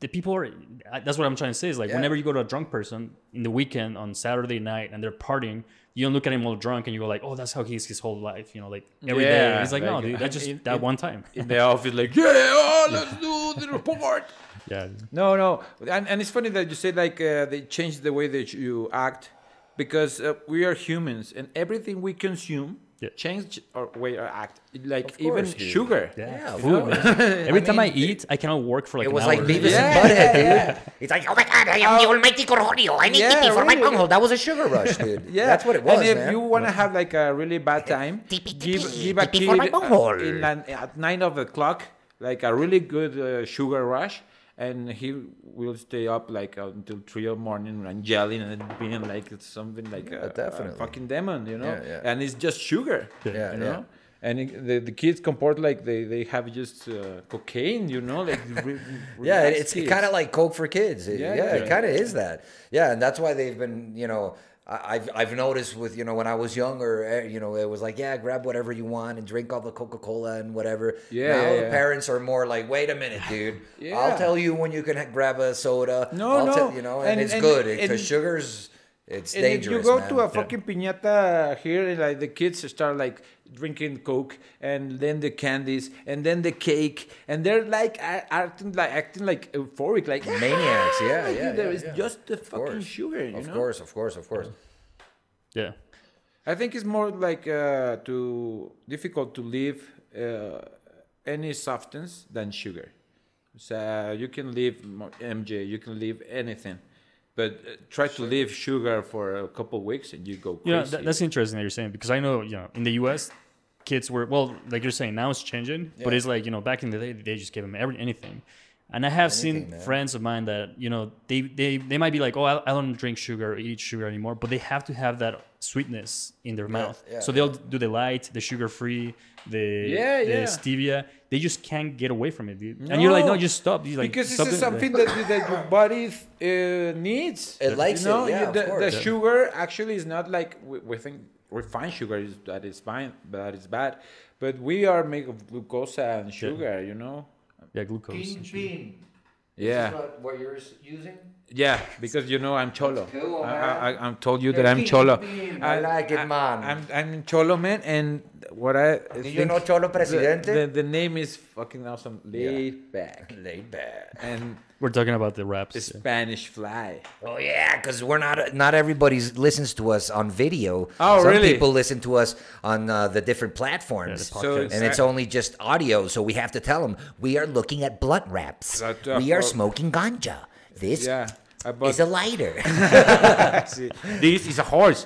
Speaker 2: the people are. I- That's what I'm trying to say is like
Speaker 1: Yeah.
Speaker 2: whenever you go to a drunk person in the weekend on Saturday night and they're partying. You don't look at him all drunk and you go like, oh, that's how he is his whole life, you know, like every day.
Speaker 3: Yeah,
Speaker 2: He's like, no,
Speaker 3: like,
Speaker 2: dude, that's just
Speaker 3: in-
Speaker 2: that
Speaker 3: in-
Speaker 2: one time.
Speaker 3: in the office, like, yeah, oh, let's do the report.
Speaker 2: yeah.
Speaker 3: No, no, and, and it's funny that you say like uh, they change the way that you act because uh, we are humans and everything we consume
Speaker 2: Yeah.
Speaker 3: change our way of act. Like
Speaker 1: Of
Speaker 3: even
Speaker 1: course, dude.
Speaker 3: sugar.
Speaker 1: Yeah,
Speaker 2: Yeah,
Speaker 1: of
Speaker 2: food.
Speaker 1: course.
Speaker 2: Every
Speaker 1: I
Speaker 2: time I
Speaker 1: mean,
Speaker 2: eat, I cannot work for like
Speaker 1: It
Speaker 2: an
Speaker 1: was
Speaker 2: hour.
Speaker 1: like Beavis
Speaker 3: Yeah,
Speaker 1: and Butthead, dude.
Speaker 3: yeah.
Speaker 1: It's like, oh my God, I am the almighty Cornelio. I need
Speaker 3: Yeah,
Speaker 1: TP for my
Speaker 3: really.
Speaker 1: bunghole. That was a sugar rush, dude.
Speaker 3: Yeah,
Speaker 1: That's what it was,
Speaker 3: And if
Speaker 1: man.
Speaker 3: you want to have like a really bad time,
Speaker 1: Tippy,
Speaker 3: give
Speaker 1: tippy,
Speaker 3: give a
Speaker 1: tippy for
Speaker 3: kid
Speaker 1: my
Speaker 3: uh,
Speaker 1: bunghole.
Speaker 3: in an, at nine of the clock like a really good uh, sugar rush, and he will stay up like uh, until three of morning and yelling and being like it's something like a- a,
Speaker 1: definitely.
Speaker 3: fucking demon, you know.
Speaker 1: Yeah, yeah.
Speaker 3: And it's just sugar,
Speaker 1: Yeah,
Speaker 3: you
Speaker 1: yeah.
Speaker 3: know. And it, the, the kids comport like they, they have just uh, cocaine, you know, like re- re-
Speaker 1: Yeah,
Speaker 3: relaxed
Speaker 1: it's
Speaker 3: kids.
Speaker 1: kind of like Coke for kids. It-
Speaker 3: Yeah,
Speaker 1: yeah,
Speaker 3: yeah.
Speaker 1: it kind of is that. Yeah, and that's why they've been, you know, I- I've I've noticed with you know when I was younger, eh, you know, it was like yeah, grab whatever you want and drink all the Coca Cola and whatever.
Speaker 3: Yeah,
Speaker 1: now
Speaker 3: yeah,
Speaker 1: the
Speaker 3: yeah.
Speaker 1: parents are more like, wait a minute, dude.
Speaker 3: Yeah.
Speaker 1: I'll tell you when you can ha- grab a soda.
Speaker 3: No,
Speaker 1: I'll
Speaker 3: no.
Speaker 1: tell- you know, and,
Speaker 3: And-
Speaker 1: it's
Speaker 3: and-
Speaker 1: good because
Speaker 3: and-
Speaker 1: sugars, it's
Speaker 3: And if
Speaker 1: dangerous.
Speaker 3: you go
Speaker 1: man.
Speaker 3: to a fucking piñata here, and, like the kids start like drinking coke, and then the candies, and then the cake, and they're like a- acting like acting like euphoric, like
Speaker 1: Maniacs, yeah,
Speaker 3: "Ah!"
Speaker 1: yeah,
Speaker 3: There
Speaker 1: yeah,
Speaker 3: is
Speaker 1: yeah.
Speaker 3: just the
Speaker 1: Of course.
Speaker 3: fucking sugar, you
Speaker 1: of
Speaker 3: know.
Speaker 1: course, of course, of course.
Speaker 2: Yeah.
Speaker 3: I think it's more like uh, too difficult to live uh, any substance than sugar. So you can leave mo- MJ, you can leave anything, but uh, try to leave sugar for a couple weeks and you go crazy.
Speaker 2: You know, that, that's interesting that you're saying because I know, you know, in the US, kids were, well, like you're saying, now it's changing, but
Speaker 1: Yeah.
Speaker 2: it's like, you know, back in the day, they just gave them every, anything. And I have seen
Speaker 1: Anything, man.
Speaker 2: friends of mine that, you know, they, they, they might be like, oh, I, I don't drink sugar or eat sugar anymore, but they have to have that sweetness in their mouth.
Speaker 1: yeah,
Speaker 2: so they'll do the light, the sugar free, the,
Speaker 3: Yeah,
Speaker 2: the
Speaker 3: yeah.
Speaker 2: stevia. They just can't get away from it, dude. And you're like, no, just stop. You, like,
Speaker 3: because
Speaker 2: stop
Speaker 3: this is
Speaker 2: it. Like-
Speaker 3: something that, that your body uh, needs.
Speaker 1: It likes it,
Speaker 3: you know?
Speaker 1: yeah,
Speaker 3: You-
Speaker 1: of
Speaker 3: the, the
Speaker 1: course. Yeah.
Speaker 3: sugar actually is not like we, we think refined sugar is that is fine, that is bad, but we are made of glucosa and sugar. You know.
Speaker 2: Yeah, glucose. and sugar.
Speaker 3: Yeah,
Speaker 1: what you're using.
Speaker 3: yeah, because you know I'm cholo.
Speaker 1: cool,
Speaker 3: I,
Speaker 1: man.
Speaker 3: I, I- I'm told you that I'm cholo.
Speaker 1: I like it, man.
Speaker 3: I'm I'm cholo man, and what I
Speaker 1: you
Speaker 3: think
Speaker 1: know Cholo
Speaker 3: the-
Speaker 1: Presidente?
Speaker 3: The, the, name is fucking awesome. Laid back
Speaker 1: Laid back.
Speaker 3: and
Speaker 2: We're talking about the wraps. yeah.
Speaker 3: Spanish fly.
Speaker 1: Oh yeah, because we're not not everybody listens to us on video.
Speaker 3: Oh,
Speaker 1: Some
Speaker 3: really?
Speaker 1: People listen to us on uh, the different platforms,
Speaker 2: Yeah, the
Speaker 3: So
Speaker 2: podcast.
Speaker 3: it's-
Speaker 1: and it's only just audio. So we have to tell them we are looking at blunt wraps.
Speaker 3: That, uh,
Speaker 1: we are
Speaker 3: well-
Speaker 1: smoking ganja. This
Speaker 3: Yeah. I bought
Speaker 1: it's a lighter.
Speaker 3: Sí. This is a horse.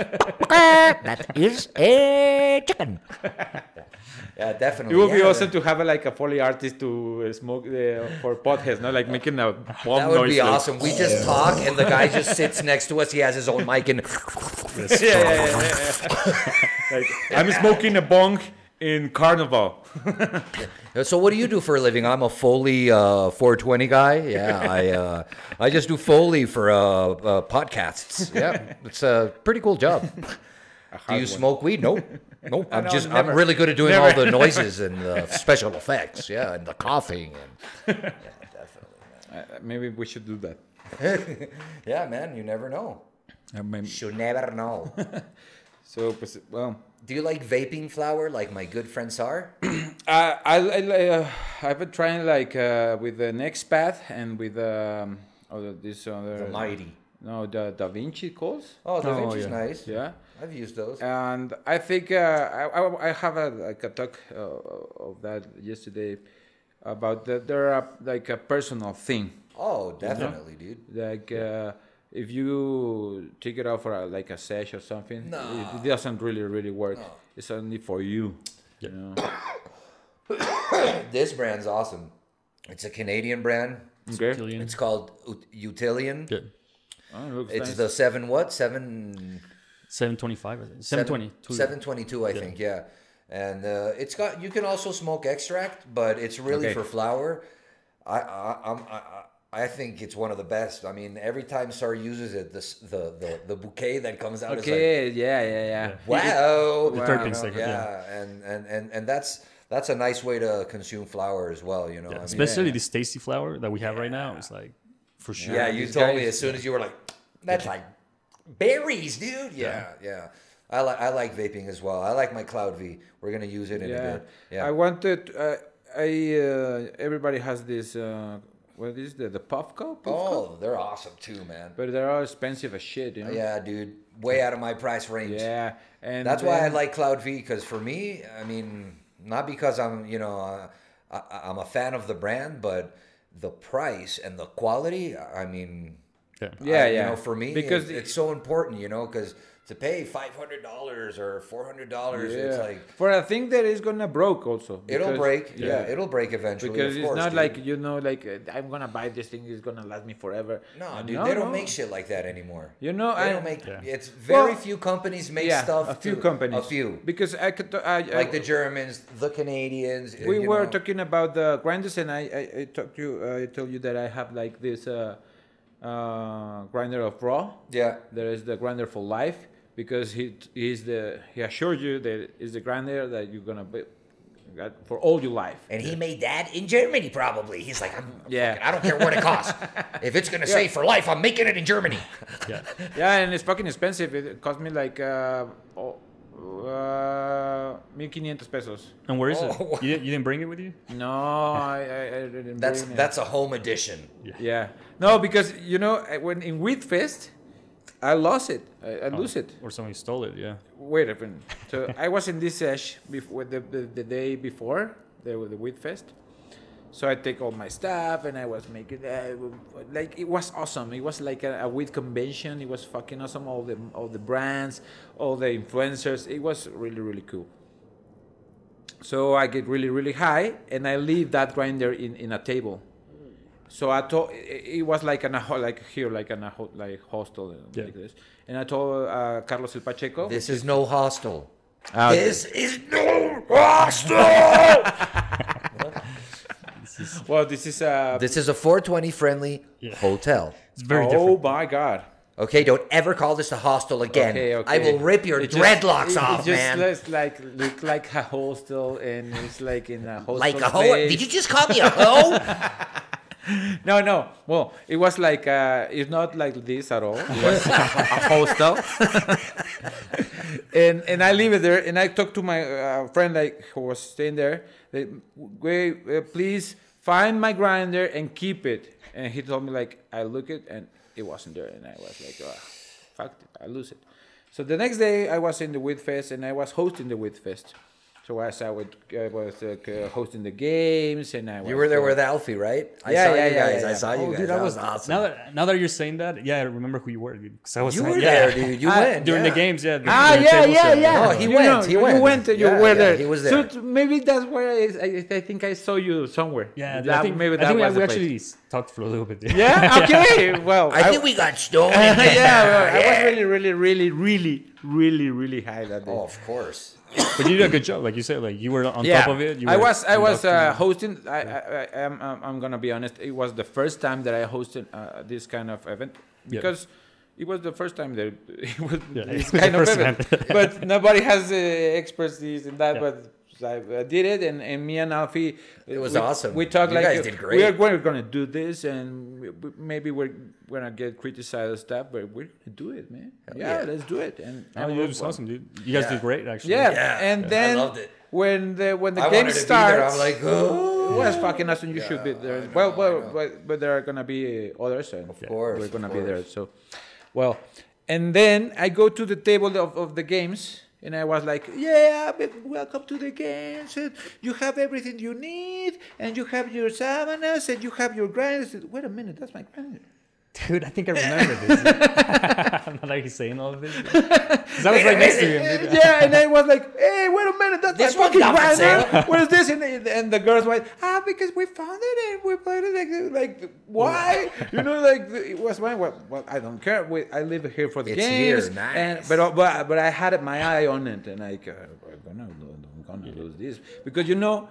Speaker 1: that is a chicken. yeah, definitely.
Speaker 3: It would be
Speaker 1: Yeah,
Speaker 3: awesome to have a, like a foley artist to uh, smoke the, for potheads, not like making a bomb
Speaker 1: That would
Speaker 3: noise.
Speaker 1: be
Speaker 3: like-
Speaker 1: awesome. We just talk, and the guy just sits next to us. He has his own mic, and
Speaker 3: Yeah, yeah, yeah, yeah, yeah. like, I'm smoking a bong in carnival.
Speaker 1: so, what do you do for a living? I'm a Foley uh, 420 guy. Yeah, I uh, I just do Foley for uh, uh, podcasts. Yeah, it's a pretty cool job. Do you smoke weed? Nope. Nope. I'm
Speaker 3: No,
Speaker 1: just
Speaker 3: never.
Speaker 1: I'm really good at doing all
Speaker 3: Never.
Speaker 1: the noises and the special effects. Yeah, and the coughing and
Speaker 3: Uh, maybe we should do that.
Speaker 1: yeah, man, you never know.
Speaker 3: Uh, maybe-
Speaker 1: You never know.
Speaker 3: So, pues, well,
Speaker 1: do you like vaping flower like my good friend Sar?
Speaker 3: I, I, I uh, I've been trying like uh, with the next path and with um, other, this other
Speaker 1: The mighty.
Speaker 3: No, the Da Vinci calls.
Speaker 1: Oh, the
Speaker 2: Oh,
Speaker 1: Vinci's
Speaker 2: yeah.
Speaker 1: nice.
Speaker 3: Yeah.
Speaker 1: I've used those.
Speaker 3: and I think uh, I, I, I have a, like a talk uh, of that yesterday about that there are like a personal thing
Speaker 1: Oh, definitely, dude.
Speaker 3: like uh, if you take it out for a, like a sesh or something
Speaker 1: No.
Speaker 3: it, it doesn't really really work it's only for you you know?
Speaker 1: This brand's awesome. It's a Canadian brand.
Speaker 3: okay
Speaker 2: Killian.
Speaker 1: It's called Ut- Utilian.
Speaker 2: Yeah.
Speaker 3: Oh, it looks
Speaker 1: It's
Speaker 3: nice.
Speaker 1: the seven what seven
Speaker 2: 725, I think. 720. two-
Speaker 1: seven twenty two I think yeah, and uh, it's got you can also smoke extract but it's really
Speaker 3: Okay.
Speaker 1: for flower. I I, I'm, I I- I think it's one of the best. I mean every time Sar uses it this the the, the bouquet that comes out is like
Speaker 3: okay yeah yeah yeah
Speaker 1: wow
Speaker 2: The
Speaker 1: wow, you
Speaker 2: terpenes,
Speaker 1: know,
Speaker 2: like,
Speaker 1: yeah.
Speaker 2: yeah.
Speaker 1: and and and and that's that's a nice way to consume flower as well you know I mean,
Speaker 2: Especially this tasty flower that we have right now. It's like, for sure.
Speaker 1: Yeah, you
Speaker 3: these
Speaker 1: told me
Speaker 3: guys-
Speaker 1: as soon as you were like, that's like berries, dude. Yeah, yeah. I like I like vaping as well. I like my Cloud V. We're gonna use it in a
Speaker 3: yeah.
Speaker 1: bit. Yeah.
Speaker 3: I wanted. Uh, I uh, everybody has this. Uh, what is the the puff cup? Puff cup?
Speaker 1: oh, they're awesome too, man.
Speaker 3: But they are expensive as shit, you know.
Speaker 1: Yeah, dude. Way out of my price range.
Speaker 3: Yeah, and
Speaker 1: That's why I
Speaker 3: then-
Speaker 1: like Cloud V because for me, I mean, not because I'm you know uh, I, I'm a fan of the brand, but the price and the quality. I mean,
Speaker 2: Yeah.
Speaker 3: Yeah,
Speaker 1: I-
Speaker 3: yeah.
Speaker 1: You know, for me,
Speaker 3: because
Speaker 1: because it's so important, you know, because to pay five hundred dollars or four hundred dollars, it's
Speaker 3: yeah.
Speaker 1: like
Speaker 3: for a thing that is gonna broke also.
Speaker 1: it'll
Speaker 3: because-
Speaker 1: break. Yeah, it'll break eventually.
Speaker 3: because
Speaker 1: of
Speaker 3: it's
Speaker 1: course,
Speaker 3: not
Speaker 1: dude.
Speaker 3: like you know, like uh, I'm gonna buy this thing. It's gonna last me forever.
Speaker 1: no,
Speaker 3: And
Speaker 1: dude, they don't
Speaker 3: no.
Speaker 1: make shit like that anymore.
Speaker 3: You know,
Speaker 1: they
Speaker 3: I-
Speaker 1: don't make.
Speaker 2: Yeah.
Speaker 1: It's very
Speaker 3: Well,
Speaker 1: few companies make
Speaker 3: yeah,
Speaker 1: stuff.
Speaker 3: a few
Speaker 1: to-
Speaker 3: companies.
Speaker 1: a few,
Speaker 3: Because I could. I, I-
Speaker 1: like the Germans, the Canadians. uh,
Speaker 3: we
Speaker 1: you
Speaker 3: were
Speaker 1: know.
Speaker 3: talking about the grinders and i i, I talked to you i told you that i have like this uh, uh, grinder of raw
Speaker 1: Yeah.
Speaker 3: there is the grinder for life because he is the he assured you that is the grinder that you're gonna be got for all your life
Speaker 1: And he made that in Germany, probably. He's like, I'm,
Speaker 3: Yeah.
Speaker 1: yeah. I don't care what it costs. if it's gonna say for life, I'm making it in Germany.
Speaker 2: Yeah.
Speaker 3: yeah and it's fucking expensive it cost me like uh, oh, uh 1500 pesos
Speaker 2: And where is
Speaker 1: Oh.
Speaker 2: it? You, didn't- you didn't bring it with you?
Speaker 3: no i i, I didn't
Speaker 1: That's
Speaker 3: bring it.
Speaker 1: that's a home edition.
Speaker 3: yeah no because you know I- when in wheat fest i lost it i,
Speaker 1: Oh.
Speaker 3: I lose it
Speaker 2: Or someone stole it, yeah.
Speaker 3: Wait a minute. So I was in this sesh before the, the, the day before the the wheat fest. So I take all my stuff and I was making uh, like it was awesome. It was like a, a wheat convention. It was fucking awesome. All the all the brands, all the influencers. It was really really cool. So I get really really high and I leave that grinder in, in a table. So I told it it was like an a ho- like here like an a ho- like hostel
Speaker 2: Yeah.
Speaker 3: like this. And I told uh, Carlos El Pacheco.
Speaker 1: This is no hostel.
Speaker 3: Ah, okay.
Speaker 1: This is no hostel.
Speaker 3: Well, this is a.
Speaker 1: this is a 420 friendly hotel.
Speaker 2: It's very
Speaker 3: oh
Speaker 2: different.
Speaker 3: my god!
Speaker 1: Okay, don't ever call this a hostel again.
Speaker 3: Okay, okay.
Speaker 1: I will rip your
Speaker 3: It just-
Speaker 1: dreadlocks
Speaker 3: it-
Speaker 1: off,
Speaker 3: it just
Speaker 1: man.
Speaker 3: looks like look like a hostel, and it's like in a hostel.
Speaker 1: like a hoe?
Speaker 3: place.
Speaker 1: Did you just call me a hoe?
Speaker 3: No, no. Well, it was like uh, it's not like this at all. It was a, a hostel. and and I leave it there, and I talk to my uh, friend like who was staying there. That, Wait, uh, please find my grinder and keep it. And he told me like I look it and it wasn't there, and I was like, oh, fuck, it, I lose it. So the next day I was in the wheat fest, and I was hosting the wheat fest. So So as I would, I was like, uh, hosting the games, and I was,
Speaker 1: You were there
Speaker 3: uh,
Speaker 1: with Alfie, right? I
Speaker 3: Yeah,
Speaker 1: saw
Speaker 3: yeah,
Speaker 1: you
Speaker 3: yeah,
Speaker 1: guys.
Speaker 3: yeah,
Speaker 1: I
Speaker 3: yeah.
Speaker 1: saw you
Speaker 2: Oh,
Speaker 1: guys.
Speaker 2: dude,
Speaker 1: that
Speaker 2: I
Speaker 1: was,
Speaker 2: was,
Speaker 1: awesome.
Speaker 2: now that now that you're saying that, yeah, I remember who you were, dude. 'cause I was
Speaker 1: you
Speaker 2: like,
Speaker 1: were
Speaker 2: yeah.
Speaker 1: there, dude. You
Speaker 3: Ah,
Speaker 1: went
Speaker 2: during
Speaker 1: yeah.
Speaker 2: the games, yeah. during
Speaker 3: Ah,
Speaker 2: the
Speaker 3: yeah,
Speaker 2: table
Speaker 3: yeah,
Speaker 2: set.
Speaker 3: yeah.
Speaker 1: No, "Oh, he went, he
Speaker 3: you
Speaker 1: went.
Speaker 3: went. You
Speaker 1: Yeah,
Speaker 3: were
Speaker 1: yeah,
Speaker 3: there.
Speaker 1: he was
Speaker 3: So
Speaker 1: there.
Speaker 3: t- maybe that's where I, I, I think I saw you somewhere.
Speaker 2: Yeah,
Speaker 3: That-
Speaker 2: I think,
Speaker 3: maybe
Speaker 2: maybe
Speaker 3: that
Speaker 2: I think
Speaker 3: was
Speaker 2: we
Speaker 3: the place.
Speaker 2: actually s- talked for a little bit.
Speaker 3: Yeah. Okay. Well,
Speaker 1: I think we got stolen.
Speaker 3: yeah, well, I was really, really, really, really, really, really high that day.
Speaker 1: Oh, of course.
Speaker 2: but you did a good job, like you said, like you were on
Speaker 3: yeah,
Speaker 2: top of it. You
Speaker 3: I
Speaker 2: were
Speaker 3: was, I was uh,
Speaker 2: conducting-
Speaker 3: hosting. I, I, I, I'm, I'm- I'm gonna be honest. It was the first time that I hosted uh, this kind of event
Speaker 2: Yeah.
Speaker 3: because it was the first time that it was
Speaker 2: Yeah, it
Speaker 3: this
Speaker 2: was the
Speaker 3: kind of
Speaker 2: first
Speaker 3: event. but nobody has uh, expertise in that.
Speaker 2: Yeah.
Speaker 3: But I, I did it, and, and me and Alfie, it
Speaker 1: was
Speaker 3: we,
Speaker 1: awesome.
Speaker 3: We talked
Speaker 1: You
Speaker 3: like
Speaker 1: guys
Speaker 3: uh,
Speaker 1: did
Speaker 3: We
Speaker 1: great.
Speaker 3: are, we're gonna do this, and we, we- maybe we're gonna get criticized and stuff, but we're gonna do it, man. Yeah,
Speaker 1: yeah.
Speaker 3: let's do it. And
Speaker 2: Oh,
Speaker 3: and
Speaker 2: it was
Speaker 3: well,
Speaker 2: awesome, dude. You guys
Speaker 1: Yeah.
Speaker 2: did great, actually.
Speaker 3: yeah,
Speaker 1: Yeah.
Speaker 3: and
Speaker 1: Yeah. I
Speaker 3: then
Speaker 1: loved it.
Speaker 3: when the when the
Speaker 1: I
Speaker 3: game
Speaker 1: wanted to be
Speaker 3: starts,
Speaker 1: there. I'm like,
Speaker 3: it
Speaker 1: oh.
Speaker 3: was fucking awesome. You should be
Speaker 1: Yeah,
Speaker 3: there.
Speaker 1: I know,
Speaker 3: well,
Speaker 1: I
Speaker 3: well,
Speaker 1: know.
Speaker 3: but, but there are gonna be uh, others, and
Speaker 1: Of course,
Speaker 3: we're gonna
Speaker 1: of
Speaker 3: be there.
Speaker 1: course.
Speaker 3: So, well, and then I go to the table of, of the games, and I was like, yeah, but welcome to the games. and You have everything you need, and you have your savanas, and you have your grinders. Wait a minute, that's my grinder.
Speaker 2: Dude, I think I remember this. I'm not like saying all of this. 'Cause I was
Speaker 1: Wait a
Speaker 2: right next to
Speaker 1: minute.
Speaker 2: him. dude.
Speaker 3: yeah, and I was like, hey, wait a minute, that's
Speaker 1: This
Speaker 3: my
Speaker 1: one's
Speaker 3: fucking
Speaker 1: not for
Speaker 3: grinder. What is this? And, and the girls went, ah, because we found it and we played it. Like, like why? you know, like it was mine. Well, well I don't care. We, I live here for the
Speaker 1: It's
Speaker 3: games.
Speaker 1: here, nice.
Speaker 3: And but uh, but but I had my eye on it, and like uh, I'm gonna I'm gonna lose this because you know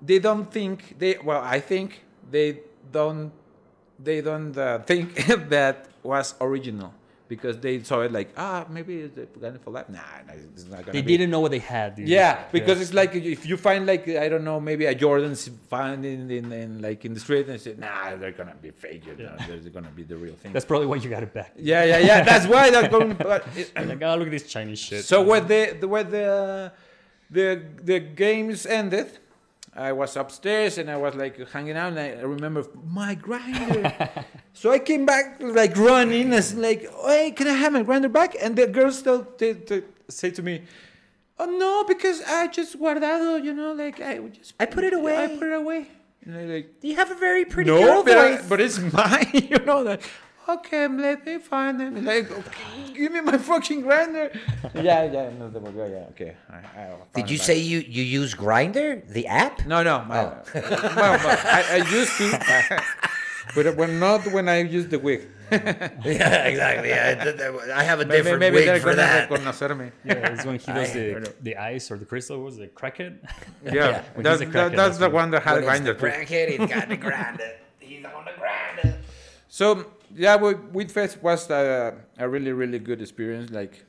Speaker 3: they don't think they. Well, I think they don't they don't uh, think that was original. Because they saw it like, ah, maybe it's a Planet for life. Nah, nah, it's not gonna
Speaker 2: They
Speaker 3: be.
Speaker 2: didn't know what they had, dude.
Speaker 3: Yeah, because it's like if you find like I don't know maybe a Jordan's found in, in, in like in the street and say nah they're gonna be fake you know they're gonna be the real thing.
Speaker 2: That's probably why you got it back.
Speaker 3: yeah, yeah, yeah. That's why they're going. But
Speaker 2: Like, oh, look at this Chinese shit.
Speaker 3: so when the, the when the the the games ended, I was upstairs and I was like hanging out and I remember my grinder. so I came back like running and like, hey, can I have my grinder back? And the girls still they, they say to me. Oh no, because I just guardado, you know, like I just
Speaker 1: I put it away.
Speaker 3: I put it away. And I like
Speaker 1: You have a very pretty
Speaker 3: no,
Speaker 1: girl
Speaker 3: but, I-
Speaker 1: voice.
Speaker 3: but it's mine, you know. Like, okay, let me find it. Like, okay, give me my fucking grinder. yeah, yeah, no, the, yeah, okay. I, I found
Speaker 1: Did you
Speaker 3: it
Speaker 1: say Oh. you you use Grinder, the app?
Speaker 3: back. No, no, my, well, well, I, I used to, but when not when I use the wig.
Speaker 1: yeah, exactly. Yeah, th- th- I have a
Speaker 3: Maybe,
Speaker 1: different
Speaker 3: maybe they're
Speaker 1: wig for
Speaker 3: gonna
Speaker 1: that.
Speaker 3: reconocerme.
Speaker 2: yeah, it's when he does the,
Speaker 3: don't-
Speaker 2: the ice or the crystal, what was it, crackhead?
Speaker 3: Yeah,
Speaker 2: When
Speaker 3: that's,
Speaker 2: he's a crackhead,
Speaker 3: that, that's
Speaker 2: that's
Speaker 3: the
Speaker 2: when-
Speaker 3: one that had
Speaker 1: When
Speaker 3: a
Speaker 1: it's the
Speaker 3: grinder. too.
Speaker 1: bracket, he's got the grinder. He's on the grinder.
Speaker 3: So yeah, we Wheatfest was a, a really really good experience. Like,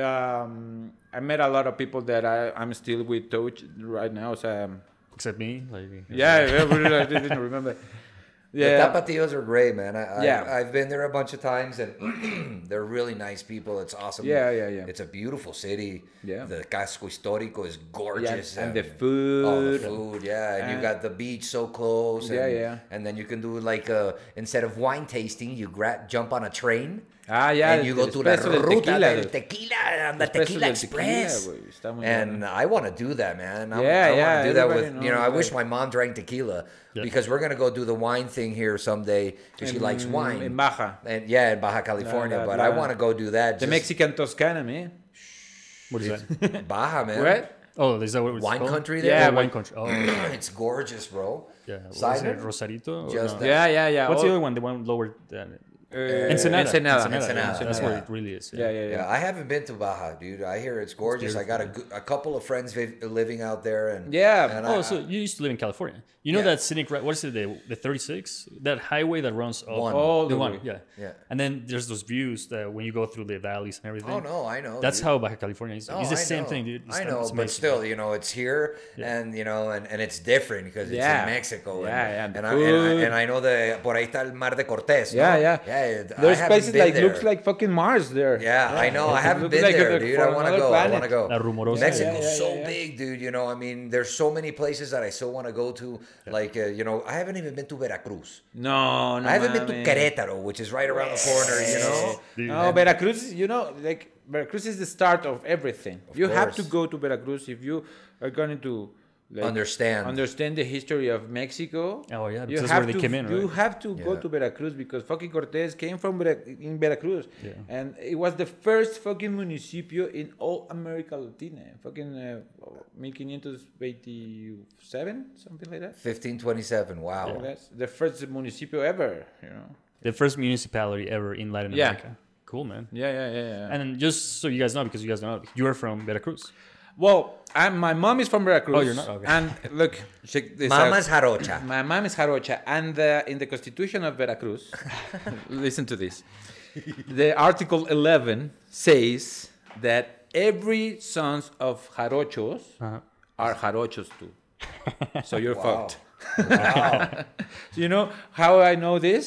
Speaker 3: um, I met a lot of people that I I'm still with touch right now. So um,
Speaker 2: Except me. Like,
Speaker 3: yeah, yeah, we really- I didn't remember.
Speaker 1: The
Speaker 3: Yeah,
Speaker 1: Tapatíos are great, man. I,
Speaker 3: Yeah.
Speaker 1: I've, I've been there a bunch of times, and they're really nice people. It's awesome.
Speaker 3: Yeah, yeah, yeah.
Speaker 1: It's a beautiful city.
Speaker 3: Yeah.
Speaker 1: The Casco Histórico is
Speaker 3: yeah,
Speaker 1: gorgeous.
Speaker 3: and the
Speaker 1: All the
Speaker 3: food.
Speaker 1: food, yeah, and you
Speaker 3: And-
Speaker 1: got the beach so close. And,
Speaker 3: Yeah, yeah.
Speaker 1: And then you can do like uh instead of wine tasting, you gra- jump on a train.
Speaker 3: Ah, yeah,
Speaker 1: and you go
Speaker 3: el
Speaker 1: to la
Speaker 3: espresso del
Speaker 1: ruta
Speaker 3: tequila,
Speaker 1: del
Speaker 3: dude.
Speaker 1: tequila and the
Speaker 3: Espresso
Speaker 1: tequila
Speaker 3: del
Speaker 1: express.
Speaker 3: tequila, güey, está muy
Speaker 1: and
Speaker 3: bueno.
Speaker 1: I want to do that, man. I,
Speaker 3: Yeah,
Speaker 1: I
Speaker 3: yeah,
Speaker 1: want to do that
Speaker 3: everybody
Speaker 1: with you know. I
Speaker 3: knows
Speaker 1: wish
Speaker 3: that.
Speaker 1: my mom drank tequila
Speaker 2: Yeah.
Speaker 1: because we're gonna go do the wine thing here someday because she likes
Speaker 3: Mm,
Speaker 1: wine.
Speaker 3: in Baja.
Speaker 1: and yeah, in Baja California.
Speaker 3: la-
Speaker 1: but
Speaker 3: la-
Speaker 1: I want to go do that.
Speaker 3: the
Speaker 1: just-
Speaker 3: Mexican Toscana, man.
Speaker 2: What is that?
Speaker 1: Baja, man.
Speaker 3: Right?
Speaker 2: Oh, is that what it's
Speaker 1: Wine
Speaker 2: called?
Speaker 1: country
Speaker 2: Yeah,
Speaker 1: there.
Speaker 3: but-
Speaker 2: wine country. Oh, yeah.
Speaker 1: it's gorgeous, bro.
Speaker 2: What was
Speaker 1: Cider?
Speaker 2: it, Rosarito? or
Speaker 1: Just
Speaker 2: no?
Speaker 1: that.
Speaker 3: Yeah, yeah, yeah.
Speaker 2: What's
Speaker 3: all-
Speaker 2: the other one? The one lower than
Speaker 3: uh,
Speaker 2: Ensenada.
Speaker 3: Ensenada.
Speaker 2: yeah, That's
Speaker 1: Ensenada,
Speaker 2: where
Speaker 1: yeah.
Speaker 2: it really is.
Speaker 3: Yeah, yeah,
Speaker 1: Yeah,
Speaker 3: yeah.
Speaker 1: I haven't been to Baja, dude. I hear it's gorgeous. I got a, good, a couple of friends vi- living out there, and
Speaker 3: Yeah.
Speaker 1: and
Speaker 2: Oh,
Speaker 1: I- uh,
Speaker 2: so you used to live in California. You know
Speaker 1: Yeah.
Speaker 2: that scenic, ri- what is it, the, the 36? That highway that runs up.
Speaker 1: One.
Speaker 2: the
Speaker 3: All Oh, the
Speaker 2: one,
Speaker 3: way.
Speaker 2: yeah.
Speaker 1: Yeah.
Speaker 2: And then there's those views that when you go through the valleys and everything.
Speaker 1: oh no, I know.
Speaker 2: That's
Speaker 1: dude.
Speaker 2: how Baja California is.
Speaker 1: No,
Speaker 2: it's the
Speaker 1: Oh, I
Speaker 2: same
Speaker 1: know.
Speaker 2: thing, dude. It's,
Speaker 1: I know,
Speaker 2: it's
Speaker 1: but
Speaker 2: amazing.
Speaker 1: still, you know, it's here, and you know, and, and it's different because it's
Speaker 3: Yeah.
Speaker 1: in Mexico.
Speaker 3: Yeah,
Speaker 1: and,
Speaker 3: yeah, the
Speaker 1: And, I, and, I,
Speaker 3: food.
Speaker 1: and I know the por ahí está el Mar de Cortés. no?
Speaker 3: Yeah, yeah.
Speaker 1: yeah. I
Speaker 3: There's
Speaker 1: haven't
Speaker 3: places
Speaker 1: been
Speaker 3: like
Speaker 1: there.
Speaker 3: looks like fucking Mars there.
Speaker 1: Yeah, I know. I
Speaker 3: It
Speaker 1: haven't
Speaker 3: looks
Speaker 1: been
Speaker 3: like
Speaker 1: there,
Speaker 3: a-
Speaker 1: dude.
Speaker 3: for
Speaker 1: I want to
Speaker 3: another
Speaker 1: go. I want to
Speaker 3: planet.
Speaker 1: go.
Speaker 2: La Rumorosa.
Speaker 1: Mexico's
Speaker 3: Yeah, yeah,
Speaker 1: so
Speaker 3: yeah, yeah.
Speaker 1: big, dude. You know, I mean, there's so many places that I still want to go to. Like, uh, you know, I haven't even been to Veracruz.
Speaker 3: No, no.
Speaker 1: I haven't been to
Speaker 3: mames.
Speaker 1: Querétaro, which is right around the corner. You know,
Speaker 3: No, Veracruz, you know, like Veracruz is the start of everything.
Speaker 1: Of
Speaker 3: you have to
Speaker 1: course.
Speaker 3: go to Veracruz if you are going to like,
Speaker 1: Understand.
Speaker 3: understand the history of Mexico.
Speaker 2: Oh, yeah, because
Speaker 3: you
Speaker 2: that's
Speaker 3: have
Speaker 2: where they
Speaker 3: to,
Speaker 2: came in,
Speaker 3: You
Speaker 2: right?
Speaker 3: have to go
Speaker 1: Yeah.
Speaker 3: to Veracruz because fucking Cortés came from Vera- in Veracruz,
Speaker 2: Yeah.
Speaker 3: and it was the first fucking municipio in all America Latina. Fucking uh, 1587, something like that.
Speaker 1: 1527. Wow.
Speaker 3: That's the first municipio ever. You know.
Speaker 2: The first municipality ever in Latin
Speaker 3: Yeah.
Speaker 2: America. Cool, man.
Speaker 3: Yeah, yeah, yeah. yeah.
Speaker 2: And then just so you guys know, because you guys don't know, you're from Veracruz.
Speaker 3: Well, i my mom is from Veracruz.
Speaker 2: Oh, you're not? Okay.
Speaker 3: And look, check this
Speaker 1: Mama's
Speaker 3: out.
Speaker 1: jarocha.
Speaker 3: My mom is Jarocha, and uh, in the Constitution of Veracruz, listen to this. The Article 11 says that every sons of Jarochos
Speaker 2: Uh-huh.
Speaker 3: are Jarochos too. So you're
Speaker 1: Wow.
Speaker 3: fucked. So you know how I know this?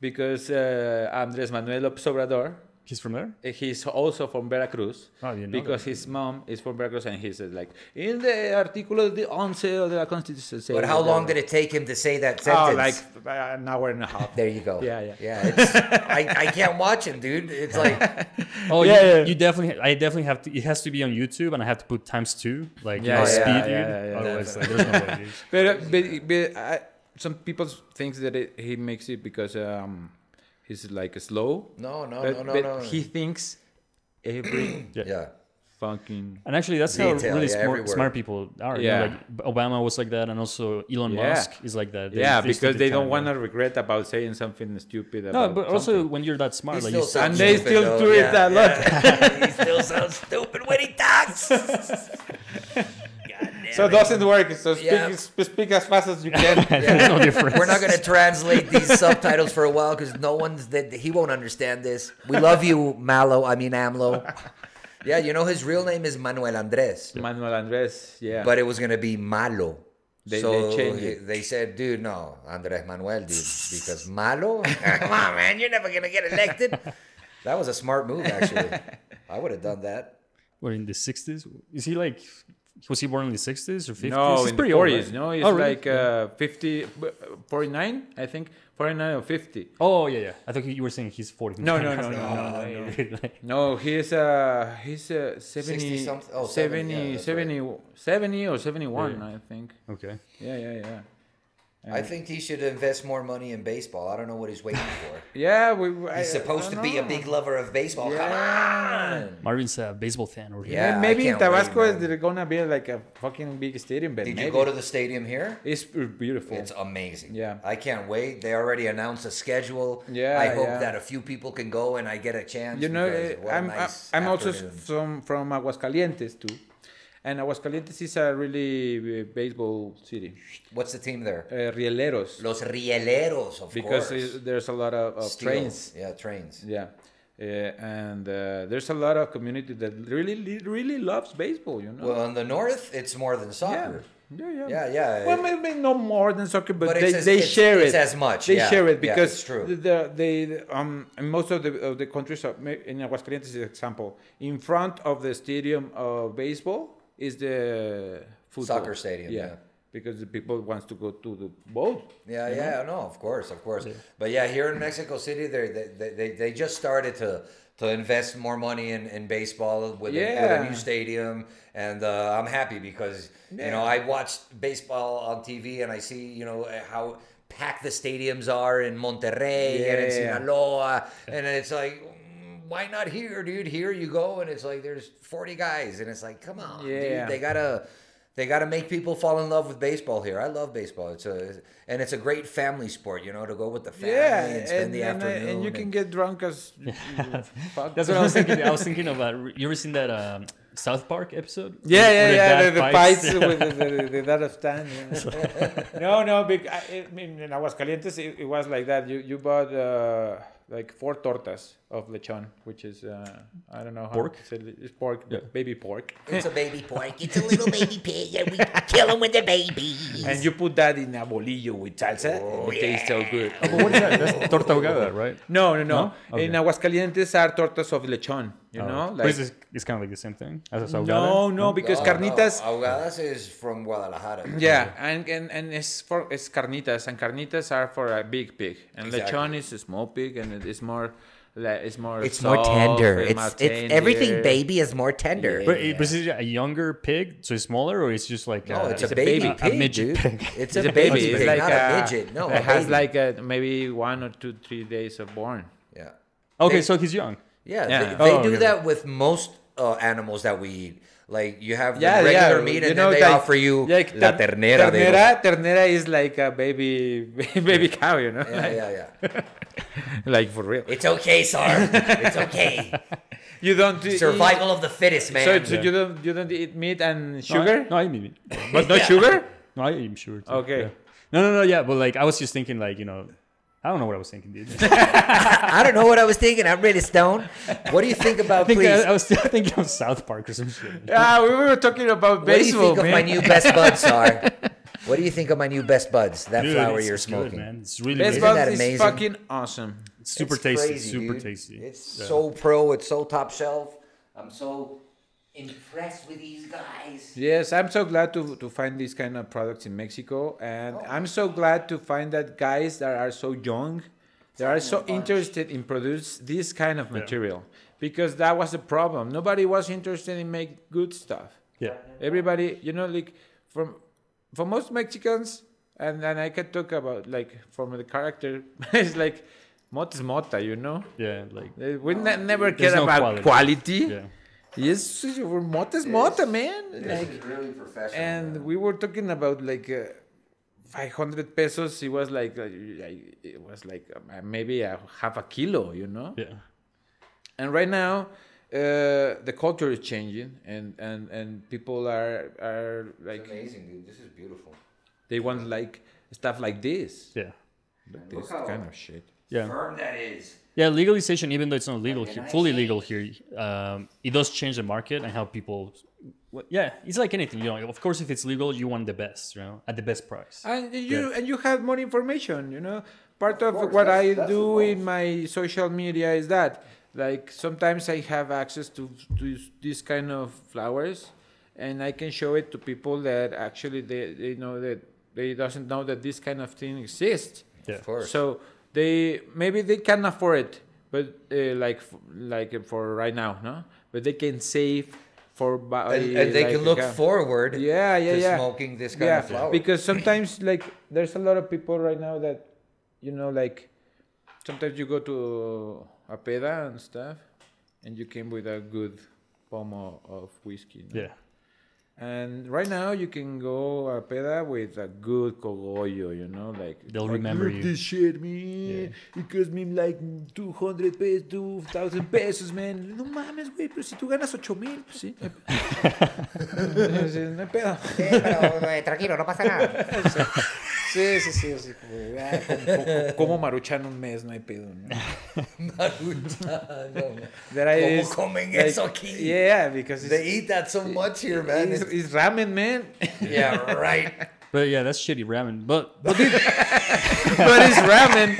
Speaker 3: Because uh, Andres Manuel López Obrador,
Speaker 2: He's from there?
Speaker 3: he's also from Veracruz
Speaker 2: Oh, you know
Speaker 3: because his mom is from Veracruz and he says like in the artículo de once de la Constitución.
Speaker 1: But how long did it take him to say that sentence?
Speaker 3: Oh, like uh, an hour and a half.
Speaker 1: there you go.
Speaker 3: Yeah, yeah.
Speaker 1: Yeah, it's, I, I can't watch him, dude. It's like,
Speaker 2: Oh yeah,
Speaker 3: Yeah,
Speaker 2: you,
Speaker 3: yeah.
Speaker 2: you definitely. I definitely have to. It has to be on YouTube, and I have to put times two, like
Speaker 3: Yeah,
Speaker 2: you know,
Speaker 1: yeah,
Speaker 2: speed,
Speaker 1: yeah,
Speaker 2: dude.
Speaker 3: yeah, yeah,
Speaker 2: Otherwise, like, there's no way. dude.
Speaker 3: But but, but I, some people think that it, he makes it because um he's like slow.
Speaker 1: no, no,
Speaker 3: but,
Speaker 1: no, no,
Speaker 3: but
Speaker 1: no.
Speaker 3: He thinks every
Speaker 1: yeah.
Speaker 3: fucking
Speaker 2: And actually, that's how
Speaker 1: Detail,
Speaker 2: really
Speaker 1: yeah,
Speaker 2: smart,
Speaker 1: everywhere.
Speaker 2: smart people are. you know,
Speaker 3: Yeah.
Speaker 2: like B- Obama was like that, and also Elon
Speaker 3: Yeah.
Speaker 2: Musk is like that. They
Speaker 3: yeah
Speaker 2: think
Speaker 3: because
Speaker 2: stupid
Speaker 3: they
Speaker 2: kind
Speaker 3: don't
Speaker 2: of
Speaker 3: want
Speaker 2: way.
Speaker 3: to regret about saying something stupid.
Speaker 2: No,
Speaker 3: About
Speaker 2: but also
Speaker 3: something.
Speaker 2: when you're that smart,
Speaker 1: He
Speaker 2: like you
Speaker 1: still
Speaker 2: said,
Speaker 1: sounds
Speaker 3: And they
Speaker 1: stupid,
Speaker 3: still
Speaker 1: though.
Speaker 3: do it
Speaker 1: Yeah,
Speaker 3: a lot.
Speaker 1: yeah. he still sounds stupid when he talks. God damn
Speaker 3: so it
Speaker 1: it.
Speaker 3: doesn't work. So speak,
Speaker 1: Yeah.
Speaker 3: speak as fast as you can.
Speaker 1: Yeah.
Speaker 2: there's no difference.
Speaker 1: We're not going to translate these subtitles for a while because no one's that he won't understand this. We love you, Malo. I mean AMLO. Yeah, you know his real name is Manuel Andres,
Speaker 3: Manuel Andres, yeah.
Speaker 1: but it was going to be Malo.
Speaker 3: They-
Speaker 1: so
Speaker 3: they changed
Speaker 1: he-
Speaker 3: it.
Speaker 1: they said, dude, no, Andres Manuel, dude, because Malo. Come on, man, you're never going to get elected. That was a smart move, actually. I would have done that.
Speaker 2: We're in the '60s. Is he like? Was he born in the '60s or '50s?
Speaker 3: No,
Speaker 2: He's
Speaker 3: in the
Speaker 2: pretty old,
Speaker 3: 40s.
Speaker 2: right?
Speaker 3: No, it's
Speaker 2: Oh, really?
Speaker 3: like uh, 50, b- 49, I think. 49 or 50.
Speaker 2: Oh yeah, yeah. I thought you were saying he's 40.
Speaker 3: No, no, no, no, no, no. No, he's uh he's uh 70
Speaker 1: 60 something- oh, 70,
Speaker 3: 70
Speaker 1: yeah,
Speaker 3: 70,
Speaker 1: that's
Speaker 3: 70 or 71,
Speaker 2: Yeah.
Speaker 3: I think.
Speaker 2: okay.
Speaker 3: Yeah, yeah, yeah.
Speaker 1: I think he should invest more money in baseball. I don't know what he's waiting for.
Speaker 3: Yeah, we we- I-
Speaker 1: He's supposed
Speaker 3: I
Speaker 1: to
Speaker 3: don't
Speaker 1: be a
Speaker 3: know.
Speaker 1: big lover of baseball. Come
Speaker 3: Yeah.
Speaker 1: on.
Speaker 2: Marvin's a baseball fan over here.
Speaker 1: Yeah, I
Speaker 3: maybe in
Speaker 1: can't wait,
Speaker 3: Tabasco
Speaker 1: man.
Speaker 3: there's gonna be like a fucking big stadium, but
Speaker 1: Did
Speaker 3: maybe.
Speaker 1: you go to the stadium here?
Speaker 3: It's beautiful.
Speaker 1: It's amazing.
Speaker 3: Yeah.
Speaker 1: I can't wait. They already announced a schedule.
Speaker 3: Yeah,
Speaker 1: I hope
Speaker 3: yeah.
Speaker 1: that a few people can go and I get a chance.
Speaker 3: you know,
Speaker 1: because
Speaker 3: uh,
Speaker 1: what a
Speaker 3: I'm
Speaker 1: nice
Speaker 3: I- I'm also
Speaker 1: afternoon.
Speaker 3: from from Aguascalientes too, and Aguascalientes is a really uh, baseball city.
Speaker 1: What's the team there?
Speaker 3: Uh, Rieleros,
Speaker 1: Los Rieleros, of
Speaker 3: because
Speaker 1: course.
Speaker 3: uh, there's a lot of, of
Speaker 1: Steel.
Speaker 3: trains.
Speaker 1: Yeah, trains.
Speaker 3: Yeah, uh, and uh, there's a lot of community that really li- really loves baseball. You know.
Speaker 1: Well, in the north, it's more than
Speaker 3: yeah.
Speaker 1: soccer.
Speaker 3: Yeah, yeah,
Speaker 1: Yeah, yeah.
Speaker 3: Well, maybe no more than soccer, but,
Speaker 1: But
Speaker 3: they,
Speaker 1: it's as-
Speaker 3: they
Speaker 1: it's-
Speaker 3: share
Speaker 1: it's
Speaker 3: it.
Speaker 1: as much,
Speaker 3: They
Speaker 1: yeah.
Speaker 3: share it
Speaker 1: Yeah,
Speaker 3: because
Speaker 1: it's true.
Speaker 3: The, they um in most of the of the countries of, ma- in Aguascalientes, for example, in front of the stadium of baseball is the football.
Speaker 1: Soccer stadium, yeah.
Speaker 3: Because the people wants to go to the boat.
Speaker 1: Yeah, yeah, no, of course, of course. But yeah, here in Mexico City, they're- they they they they just started to to invest more money in, in baseball with, a, with a
Speaker 3: Yeah.
Speaker 1: new stadium, and uh, I'm happy because you know I watched baseball on TV and I see you know how packed the stadiums are in Monterrey and in
Speaker 3: Yeah.
Speaker 1: Sinaloa, and it's like. mm, Why not here, dude? Here you go, and it's like there's 40 guys, and it's like, come on,
Speaker 3: Yeah.
Speaker 1: dude, they gotta they gotta make people fall in love with baseball here. I love baseball. It's a and it's a great family sport, you know, to go with the family
Speaker 3: Yeah,
Speaker 1: and spend
Speaker 3: and,
Speaker 1: the
Speaker 3: and, uh,
Speaker 1: afternoon.
Speaker 3: and you can get drunk as fuck.
Speaker 2: That's what I was thinking. I was thinking about. You ever seen that um, South Park episode?
Speaker 3: Yeah,
Speaker 2: Where-
Speaker 3: yeah,
Speaker 2: where
Speaker 3: yeah. The,
Speaker 2: dad
Speaker 3: the
Speaker 2: fights?
Speaker 3: fights with the, the, the that of Stan. yeah. no, no. Big, I, I mean, in Aguascalientes, it, it was like that. You you bought uh, like four tortas of lechon, which is uh, I don't know how
Speaker 2: Pork?
Speaker 3: to say it. It's pork, baby pork,
Speaker 1: it's a baby pork. It's a little baby pig, and we kill him with the baby.
Speaker 3: and you put that in a bolillo with salsa.
Speaker 1: Oh,
Speaker 3: and it tastes so good. Oh,
Speaker 2: But what is that? That's torta ahogada, right?
Speaker 3: No, no, no. Oh,
Speaker 2: No? Okay.
Speaker 3: In Aguascalientes are tortas of lechon. You know,
Speaker 2: Oh, But it's, just- it's kind of like the same thing as a
Speaker 3: no,
Speaker 2: ahogada.
Speaker 3: no, because carnitas.
Speaker 1: Ahogadas is from Guadalajara.
Speaker 3: Yeah, and, and and it's for it's carnitas, and carnitas are for a big pig, and
Speaker 1: Exactly.
Speaker 3: lechon is a small pig, and it is more like, it's more.
Speaker 1: It's more
Speaker 3: soft,
Speaker 1: tender.
Speaker 3: it's
Speaker 1: It's,
Speaker 3: more
Speaker 1: it's everything
Speaker 3: tender.
Speaker 1: baby is more tender.
Speaker 2: But, it, but is it a younger pig, so it's smaller, or it's just like uh,
Speaker 1: No, Oh, it's,
Speaker 3: Uh, it's
Speaker 1: a
Speaker 3: a
Speaker 1: baby,
Speaker 3: baby.
Speaker 1: pig,
Speaker 2: A midget
Speaker 1: dude.
Speaker 2: pig.
Speaker 1: It's,
Speaker 3: It's
Speaker 1: a baby,
Speaker 2: It's
Speaker 1: pig,
Speaker 2: like
Speaker 1: not a, midget. No, a
Speaker 3: it has
Speaker 1: baby.
Speaker 3: like a, maybe one or two, three days of born.
Speaker 1: yeah,
Speaker 2: okay,
Speaker 1: They-
Speaker 2: so he's young.
Speaker 1: yeah.
Speaker 3: Yeah.
Speaker 1: They, they
Speaker 3: Oh,
Speaker 1: do
Speaker 3: okay.
Speaker 1: that with most uh, animals that we eat. Like you have the
Speaker 3: Yeah,
Speaker 1: regular
Speaker 3: yeah.
Speaker 1: meat,
Speaker 3: you
Speaker 1: and
Speaker 3: know,
Speaker 1: then they
Speaker 3: like-
Speaker 1: offer you
Speaker 3: like
Speaker 1: la
Speaker 3: ter-
Speaker 1: ternera. they go-
Speaker 3: Ternera, ternera is like a baby, baby cow, you know,
Speaker 1: Yeah, yeah, yeah.
Speaker 3: like for real.
Speaker 1: It's okay, Sar. It's okay.
Speaker 3: You don't eat-
Speaker 1: Survival uh, of the fittest, man.
Speaker 3: So, so
Speaker 2: Yeah.
Speaker 3: you don't you don't eat meat and sugar,
Speaker 2: No, I, no, I mean it.
Speaker 3: but no
Speaker 1: Yeah.
Speaker 3: sugar.
Speaker 2: No, I am sure. Too.
Speaker 3: Okay.
Speaker 2: yeah. No, no, no. Yeah, but like I was just thinking, like you know, I don't know what I was thinking, dude.
Speaker 1: I don't know what I was thinking. I'm really stoned. What do you think
Speaker 2: I
Speaker 1: about,
Speaker 2: think
Speaker 1: please?
Speaker 2: I, I was still thinking of South Park or some shit.
Speaker 3: Yeah, Ah, we were talking about
Speaker 1: what do you
Speaker 3: baseball,
Speaker 1: think of my
Speaker 3: man.
Speaker 1: new best buds, Sar? What do you think of my new best buds? That
Speaker 2: Dude,
Speaker 1: flower
Speaker 2: it's
Speaker 1: you're
Speaker 2: good,
Speaker 1: smoking.
Speaker 2: man. It's really,
Speaker 3: Baseball
Speaker 2: really
Speaker 1: that
Speaker 3: is
Speaker 1: amazing?
Speaker 3: fucking awesome.
Speaker 2: It's super
Speaker 1: It's
Speaker 2: tasty.
Speaker 1: crazy,
Speaker 2: super
Speaker 1: dude.
Speaker 2: tasty.
Speaker 1: It's
Speaker 2: Yeah.
Speaker 1: so pro. It's so top shelf. I'm so impressed with these guys.
Speaker 3: Yes, I'm so glad to, to find these kind of products in Mexico, and
Speaker 2: Oh.
Speaker 3: I'm so glad to find that guys that are so young, they are so interested in produce this kind of material because that was the problem. Nobody was interested in make good stuff.
Speaker 2: yeah.
Speaker 3: Everybody, you know, like from for most Mexicans, and and I can talk about like from the character, it's like mota is mota, you know.
Speaker 2: Yeah, like
Speaker 3: They- We ne- never
Speaker 2: There's
Speaker 3: care
Speaker 2: no
Speaker 3: about
Speaker 2: quality.
Speaker 3: quality.
Speaker 2: yeah.
Speaker 3: Yes, mota is mota, man.
Speaker 1: This
Speaker 3: Like,
Speaker 1: is really professional.
Speaker 3: and we were talking about like uh, 500 pesos it was like, uh, like it was like uh, maybe a half a kilo you know
Speaker 2: Yeah.
Speaker 3: and right now uh, the culture is changing and and and people are are
Speaker 1: It's
Speaker 3: like
Speaker 1: amazing, dude. This is beautiful.
Speaker 3: they want like stuff like this
Speaker 2: Yeah.
Speaker 1: Look
Speaker 3: like this
Speaker 1: how-
Speaker 3: kind of shit
Speaker 2: Yeah.
Speaker 1: Firm that is.
Speaker 2: Yeah, legalization, even though it's not legal
Speaker 1: Like
Speaker 2: here,
Speaker 1: an
Speaker 2: fully
Speaker 1: ice
Speaker 2: legal here, um, it does change the market and how people. well, Yeah, it's like anything. You know, of course, if it's legal, you want the best, you know, at the best price.
Speaker 3: and you and you have more information you know part of,
Speaker 1: course,
Speaker 3: what
Speaker 1: that's-
Speaker 3: i
Speaker 1: that's the
Speaker 3: do
Speaker 1: most.
Speaker 3: in my social media is that like sometimes i have access to, to this kind of flowers and i can show it to people that actually they, they know that they doesn't know that this kind of thing exists
Speaker 2: Yeah.
Speaker 1: Of course.
Speaker 3: so they maybe they can afford it but uh, like f- like for right now no but they can save for buy,
Speaker 1: and, and they
Speaker 3: Oh, like,
Speaker 1: can look
Speaker 3: uh,
Speaker 1: forward
Speaker 3: yeah, yeah,
Speaker 1: to
Speaker 3: yeah.
Speaker 1: smoking this kind of flower.
Speaker 3: Because sometimes, like, there's a lot of people right now that, you know, like, sometimes you go to a peda and stuff, and you came with a good pomo of whiskey. no?
Speaker 2: Yeah.
Speaker 3: And right now, you can go a peda with a good cogollo, you know, like
Speaker 2: They'll
Speaker 3: like,
Speaker 2: remember
Speaker 3: "Look
Speaker 2: you."
Speaker 3: This shit, man. It cost me like 200 pesos, 2,000 pesos, man. No mames, güey, pero si tú ganas 8000, pues sí. Entonces, no hay pedo.
Speaker 4: Sí, pero
Speaker 1: uh,
Speaker 4: eh, tranquilo, no pasa nada.
Speaker 3: Sí, sí, sí, así como, ah, como, como- como maruchan un mes, no hay pedo, ¿no? That I
Speaker 1: Como
Speaker 3: is,
Speaker 1: comen
Speaker 3: like,
Speaker 1: eso aquí?
Speaker 3: Yeah, because it's,
Speaker 1: They eat that so much here, man.
Speaker 3: it's,
Speaker 1: It's-
Speaker 3: it's ramen, man.
Speaker 1: yeah, right.
Speaker 2: But yeah, that's shitty ramen. But, but
Speaker 3: but it's ramen.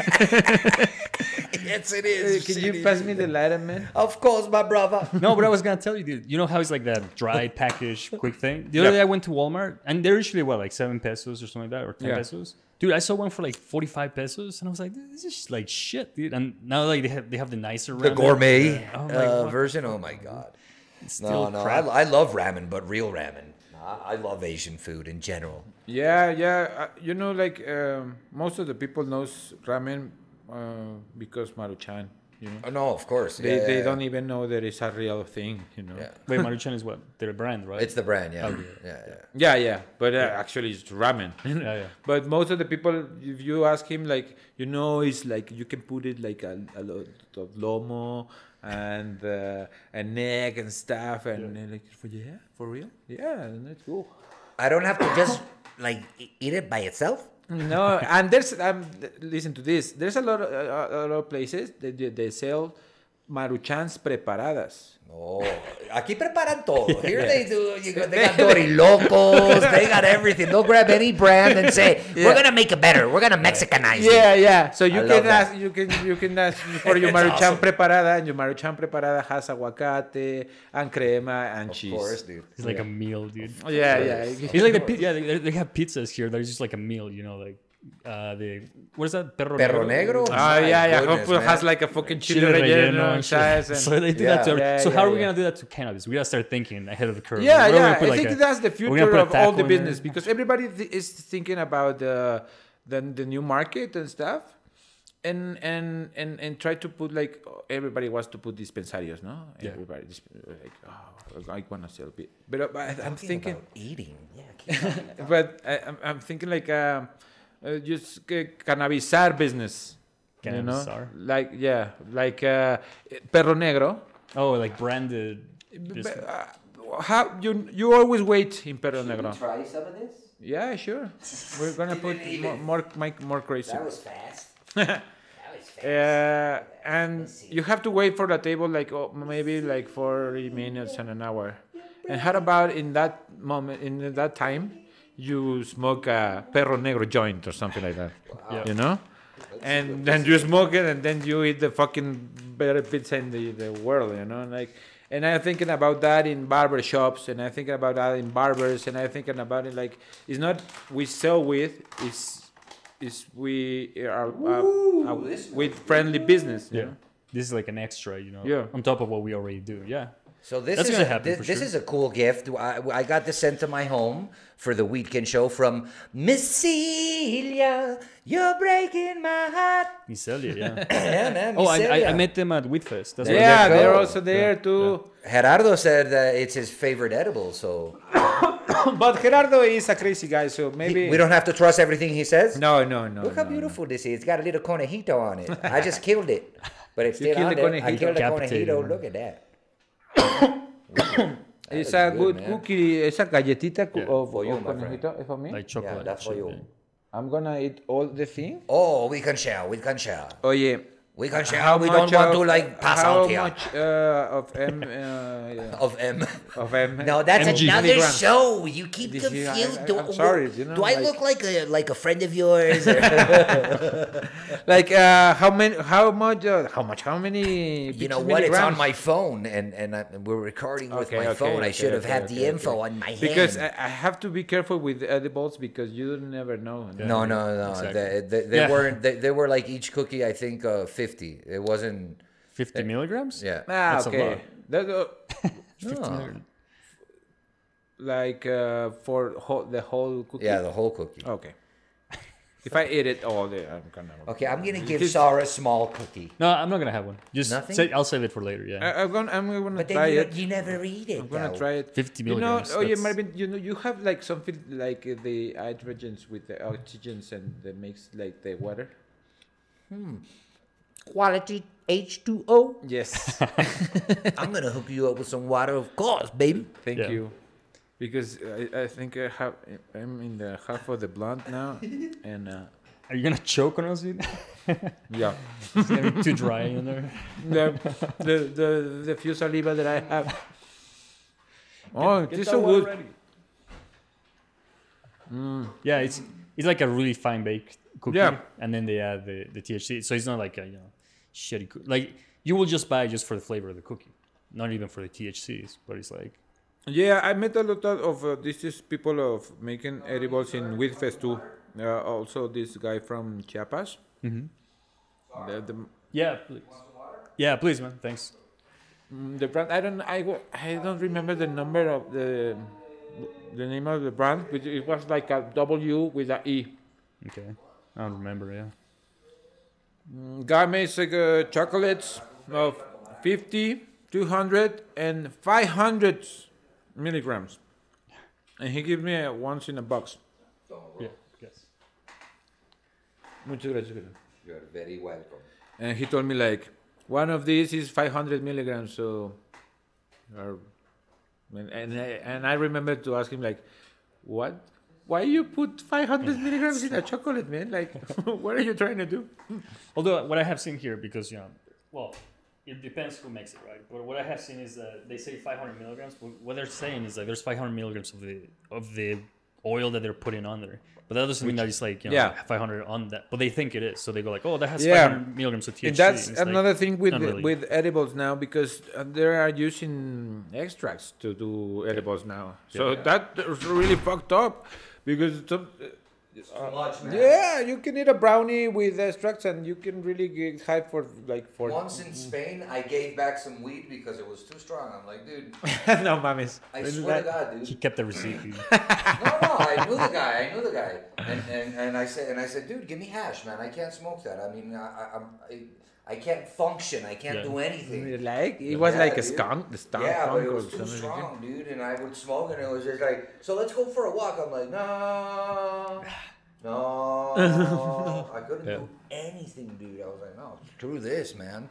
Speaker 1: Yes, it
Speaker 3: Uh,
Speaker 1: is.
Speaker 3: Can
Speaker 1: Shitty.
Speaker 3: you pass me the lighter, man?
Speaker 1: Of course, my brother.
Speaker 2: no, but I was gonna tell you, dude. You know how it's like that dry package, quick thing. The other
Speaker 3: Yeah.
Speaker 2: day I went to Walmart, and they're usually what, like seven pesos or something like that, or ten
Speaker 3: Yeah.
Speaker 2: pesos. Dude, I saw one for like forty-five pesos, and I was like, this is like shit, dude. And now like they have they have the nicer
Speaker 1: the
Speaker 2: ramen.
Speaker 1: gourmet
Speaker 2: Yeah. Oh my
Speaker 1: uh,
Speaker 2: God.
Speaker 1: version. Oh my god! No,
Speaker 2: still
Speaker 1: no, I,
Speaker 2: crap.
Speaker 1: I love ramen, but real ramen. I, I love Asian food in general.
Speaker 3: Yeah, yeah. Uh, you know, like um, most of the people knows ramen uh, because maruchan. You know,
Speaker 1: Oh, no, of course.
Speaker 3: they
Speaker 1: yeah,
Speaker 3: they
Speaker 1: yeah,
Speaker 3: don't even know there is a real thing. You know.
Speaker 1: Yeah.
Speaker 2: Wait, Maruchan is what? Their brand, right?
Speaker 1: It's the brand, yeah, Oh, yeah, yeah.
Speaker 3: Yeah, yeah, but uh, actually it's ramen.
Speaker 2: yeah.
Speaker 3: But most of the people, if you ask him, like you know, it's like you can put it like a, a lot of lomo and uh, an egg and stuff, and they're like for yeah, for real, yeah, and that's cool.
Speaker 1: I don't have to just like e- eat it by itself.
Speaker 3: No, and there's um, th- listen to this. There's a lot of, a, a lot of places that they, they sell maruchans preparadas.
Speaker 1: No, aquí preparan todo. Here
Speaker 3: Yeah.
Speaker 1: they do. You got, they got dorilocos. they got everything. They'll grab any brand and say,
Speaker 4: We're gonna make it better. We're gonna Mexicanize it.
Speaker 3: Yeah, yeah. So
Speaker 1: I
Speaker 3: you
Speaker 1: love
Speaker 3: can
Speaker 1: that.
Speaker 3: ask, you can you can ask for your
Speaker 1: It's
Speaker 3: maruchan
Speaker 1: awesome.
Speaker 3: preparada, and your maruchan preparada has aguacate and crema and
Speaker 1: "Of
Speaker 3: cheese.
Speaker 1: course, dude."
Speaker 2: It's like a meal, dude.
Speaker 3: Oh, Yeah, yeah.
Speaker 2: It's like the pi- yeah, they, they have pizzas here. There's just like a meal, you know, like uh, the what is that? Perro,
Speaker 1: Perro negro?
Speaker 2: Ah,
Speaker 3: Oh,
Speaker 1: My
Speaker 3: yeah, yeah.
Speaker 1: goodness,
Speaker 3: Hope it has
Speaker 1: man.
Speaker 3: like a fucking chile,
Speaker 2: Chile
Speaker 3: relleno,
Speaker 2: relleno and shit.
Speaker 3: chives
Speaker 2: so
Speaker 3: and-
Speaker 2: they do
Speaker 1: Yeah.
Speaker 2: that to.
Speaker 3: Yeah,
Speaker 2: so
Speaker 3: yeah,
Speaker 2: how are we
Speaker 3: yeah.
Speaker 2: gonna do that to cannabis? We gotta start thinking ahead of the curve.
Speaker 3: Yeah,
Speaker 2: Where are we
Speaker 3: yeah.
Speaker 2: put,
Speaker 3: I
Speaker 2: like,
Speaker 3: think
Speaker 2: a-
Speaker 3: that's the
Speaker 2: we're gonna
Speaker 3: future
Speaker 2: put a
Speaker 3: of
Speaker 2: taco
Speaker 3: all the
Speaker 2: in there?
Speaker 3: business because everybody th- is thinking about the, the the new market and stuff, and and and and try to put like everybody wants to put dispensarios, no?
Speaker 2: Yeah.
Speaker 3: Everybody disp- like oh, I wanna sell bit, but, uh, but I'm
Speaker 1: Talking
Speaker 3: thinking,
Speaker 1: about eating. Yeah, keep talking.
Speaker 3: but I, I'm I'm thinking like um, uh, just uh, cannabisar business. You know?
Speaker 2: Cannabisar?
Speaker 3: Like yeah, like uh, perro negro.
Speaker 2: Oh, like branded.
Speaker 3: B-
Speaker 2: just-
Speaker 3: uh, how you you always wait in Perro Negro?
Speaker 1: Try some of this.
Speaker 3: Yeah, sure. We're gonna put
Speaker 1: eat
Speaker 3: more,
Speaker 1: it.
Speaker 3: more, make more crazy.
Speaker 1: That was fast. that was fast.
Speaker 3: Uh, and you have to wait for the table like oh, maybe like 40 minutes and an hour. And how about in that moment, in that time, you smoke a Perro Negro joint or something like that?
Speaker 2: Yeah.
Speaker 3: You know? And then you smoke it, and then you eat the fucking better pizza in the, the world, you know? Like, and I'm thinking about that in barber shops, and I'm thinking about that in barbers, and I'm thinking about it like it's not we sell with, it's is we are uh, uh, with friendly business. you
Speaker 2: yeah.
Speaker 3: know?
Speaker 2: This is like an extra, you know.
Speaker 3: Yeah.
Speaker 2: On top of what we already do. Yeah.
Speaker 1: So this
Speaker 2: That's
Speaker 1: is
Speaker 2: gonna
Speaker 1: a,
Speaker 2: happen
Speaker 1: this,
Speaker 2: for
Speaker 1: this
Speaker 2: sure.
Speaker 1: is a cool gift. I, I got this sent to my home for the Weedkin show from Miss Celia. You're breaking my heart.
Speaker 2: Micelia, yeah.
Speaker 1: yeah, man,
Speaker 2: Oh,
Speaker 1: Miss
Speaker 2: I, I, I
Speaker 1: Celia.
Speaker 2: met them at Wheatfest. That's
Speaker 1: There
Speaker 2: what-
Speaker 3: yeah,
Speaker 1: you go.
Speaker 3: they're also there
Speaker 2: Yeah,
Speaker 3: too.
Speaker 1: Gerardo said that it's his favorite edible, so
Speaker 3: But Gerardo is a crazy guy, so maybe
Speaker 1: we don't have to trust everything he says.
Speaker 3: No, no, no.
Speaker 1: Look how
Speaker 3: no,
Speaker 1: beautiful this is. It's got a little conejito on it. I just killed it, but it's
Speaker 3: You
Speaker 1: still
Speaker 3: killed
Speaker 1: on there.
Speaker 3: the
Speaker 1: I
Speaker 3: conejito.
Speaker 1: killed the
Speaker 2: Decapitated,
Speaker 1: conejito.
Speaker 2: man.
Speaker 1: Look at that.
Speaker 3: no. It's
Speaker 1: That
Speaker 3: a
Speaker 1: is
Speaker 3: good,
Speaker 1: man.
Speaker 3: cookie. It's a galletita cu-
Speaker 2: Yeah.
Speaker 3: of
Speaker 1: For you,
Speaker 3: of
Speaker 1: my friend.
Speaker 3: conejito, eh, for me.
Speaker 2: Like chocolate.
Speaker 1: Yeah, that's for
Speaker 2: shit,
Speaker 1: you.
Speaker 3: I'm gonna eat all the thing.
Speaker 1: Oh, we can share. We can share.
Speaker 3: Oh yeah.
Speaker 1: We can share. we don't want to like pass
Speaker 3: how
Speaker 1: out here
Speaker 3: much uh, of M? Uh, yeah,
Speaker 1: of M.
Speaker 3: of M.
Speaker 1: No, that's
Speaker 2: MG.
Speaker 1: another
Speaker 3: Milligrams.
Speaker 1: show. You keep
Speaker 3: This is- I-
Speaker 1: confused.
Speaker 3: I-
Speaker 1: do,
Speaker 3: I'm sorry, you know,
Speaker 1: do I
Speaker 3: like-
Speaker 1: look like a like a friend of yours? Or,
Speaker 3: Like uh, how many? How much? Uh, how much? How many?
Speaker 1: you know what? It's on
Speaker 3: milligrams?
Speaker 1: my phone, and and I, we're recording with
Speaker 3: Okay,
Speaker 1: my
Speaker 3: okay,
Speaker 1: phone. I
Speaker 3: okay,
Speaker 1: should have
Speaker 3: okay,
Speaker 1: had the
Speaker 3: okay,
Speaker 1: info
Speaker 3: okay.
Speaker 1: on my hand.
Speaker 3: Because I, I have to be careful with edibles because you never know.
Speaker 1: no, no, no.
Speaker 2: Exactly.
Speaker 1: They, they, they
Speaker 2: Yeah.
Speaker 1: weren't. They, they were like each cookie. I think uh, fifty. It wasn't.
Speaker 2: 50 milligrams?
Speaker 1: Eh, Yeah.
Speaker 3: Ah,
Speaker 2: That's a
Speaker 3: okay.
Speaker 2: lot.
Speaker 3: That's, uh,
Speaker 1: No.
Speaker 3: like uh, for whole, the whole cookie.
Speaker 1: Yeah, the whole cookie.
Speaker 3: Okay. If I eat it all, day, I'm gonna.
Speaker 1: Okay, I'm gonna give Sarah a small cookie,
Speaker 2: No, I'm not going to have one. Just
Speaker 1: Nothing?
Speaker 2: say, I'll save it for later. Yeah.
Speaker 3: I, I'm gonna. I'm gonna
Speaker 1: but
Speaker 3: try
Speaker 1: then you,
Speaker 3: it.
Speaker 1: you never eat it.
Speaker 3: I'm gonna
Speaker 1: though.
Speaker 3: try it.
Speaker 2: 50
Speaker 3: You know,
Speaker 2: milligrams,
Speaker 3: oh yeah,
Speaker 2: that's-
Speaker 3: Marvin. You know, you have like something like uh, the hydrogens with the oxygens and the mix like the water.
Speaker 4: Quality H2O.
Speaker 3: Yes.
Speaker 1: I'm gonna hook you up with some water, of course, baby.
Speaker 3: Thank
Speaker 2: Yeah.
Speaker 3: you. Because I, I think I have I'm in the half of the blunt now, and uh,
Speaker 2: Are you going to choke on us? dude?
Speaker 3: yeah,
Speaker 2: it's going to be too dry in there.
Speaker 3: the, the the the few saliva that I have. Oh,
Speaker 2: Get
Speaker 3: this is
Speaker 2: that
Speaker 3: so
Speaker 2: one
Speaker 3: good.
Speaker 2: ready. Yeah, it's it's like a really fine baked cookie,
Speaker 3: Yeah.
Speaker 2: and then they add the, the THC, so it's not like a you know shitty cookie. Like you will just buy just for the flavor of the cookie, not even for the THCs. But it's like
Speaker 3: Yeah, I met a lot of uh, this is people of making edibles in Wheatfest too. Uh, also, this guy from Chiapas. Mm-hmm. The, the,
Speaker 2: yeah, please, yeah, please, man, thanks.
Speaker 3: mm, the brand I don't I, wa- I don't remember the number of the the name of the brand, but it was like a W with a E.
Speaker 2: Okay, I don't remember. Yeah,
Speaker 3: Guy makes like uh, chocolates of 50, 200, and 500 milligrams, and he gave me a once in a box.
Speaker 2: yeah, yes.
Speaker 3: Muchas gracias. Pedro.
Speaker 1: You're very welcome.
Speaker 3: and he told me like one of these is 500 milligrams so or, and, and, I, and i remember to ask him like what why you put 500 milligrams in a chocolate man like what are you trying to do
Speaker 2: Although what I have seen here, because you know, well, it depends who makes it, right? But what I have seen is that they say 500 milligrams. But what they're saying is that there's 500 milligrams of the of the oil that they're putting on there. But that doesn't mean that it's like you know
Speaker 3: Yeah.
Speaker 2: 500 on that. But they think it is, so they go like, oh, that has
Speaker 3: Yeah.
Speaker 2: 500 milligrams of THC.
Speaker 3: and that's
Speaker 2: It's like,
Speaker 3: another thing with
Speaker 2: not really.
Speaker 3: with edibles now because uh, they are using extracts to do edibles now so that is really fucked up because some,
Speaker 1: too much, man.
Speaker 3: Yeah, you can eat a brownie with extracts, and you can really get high for like for.
Speaker 1: Once in Spain, I gave back some weed because it was too strong. I'm like, dude,
Speaker 3: no mames.
Speaker 1: I
Speaker 3: Really
Speaker 1: swear to
Speaker 3: that-
Speaker 1: God, dude.
Speaker 2: He kept the receipt.
Speaker 1: no, no, I knew the guy. I knew the guy, and, and, and I said, and I said, dude, give me hash, man. I can't smoke that. I mean, I, I, I'm- I, I can't function. I can't
Speaker 2: Yeah.
Speaker 1: do anything.
Speaker 3: Like it was
Speaker 1: Yeah,
Speaker 3: like a
Speaker 1: dude.
Speaker 3: skunk, the skunk,
Speaker 1: Yeah, but it
Speaker 3: or
Speaker 1: was too
Speaker 3: something like that.
Speaker 1: strong, dude. And I would smoke, and it was just like, so let's go for a walk. I'm like, no, no, I couldn't
Speaker 2: Yeah.
Speaker 1: do anything, dude. I was like, no, screw this, man.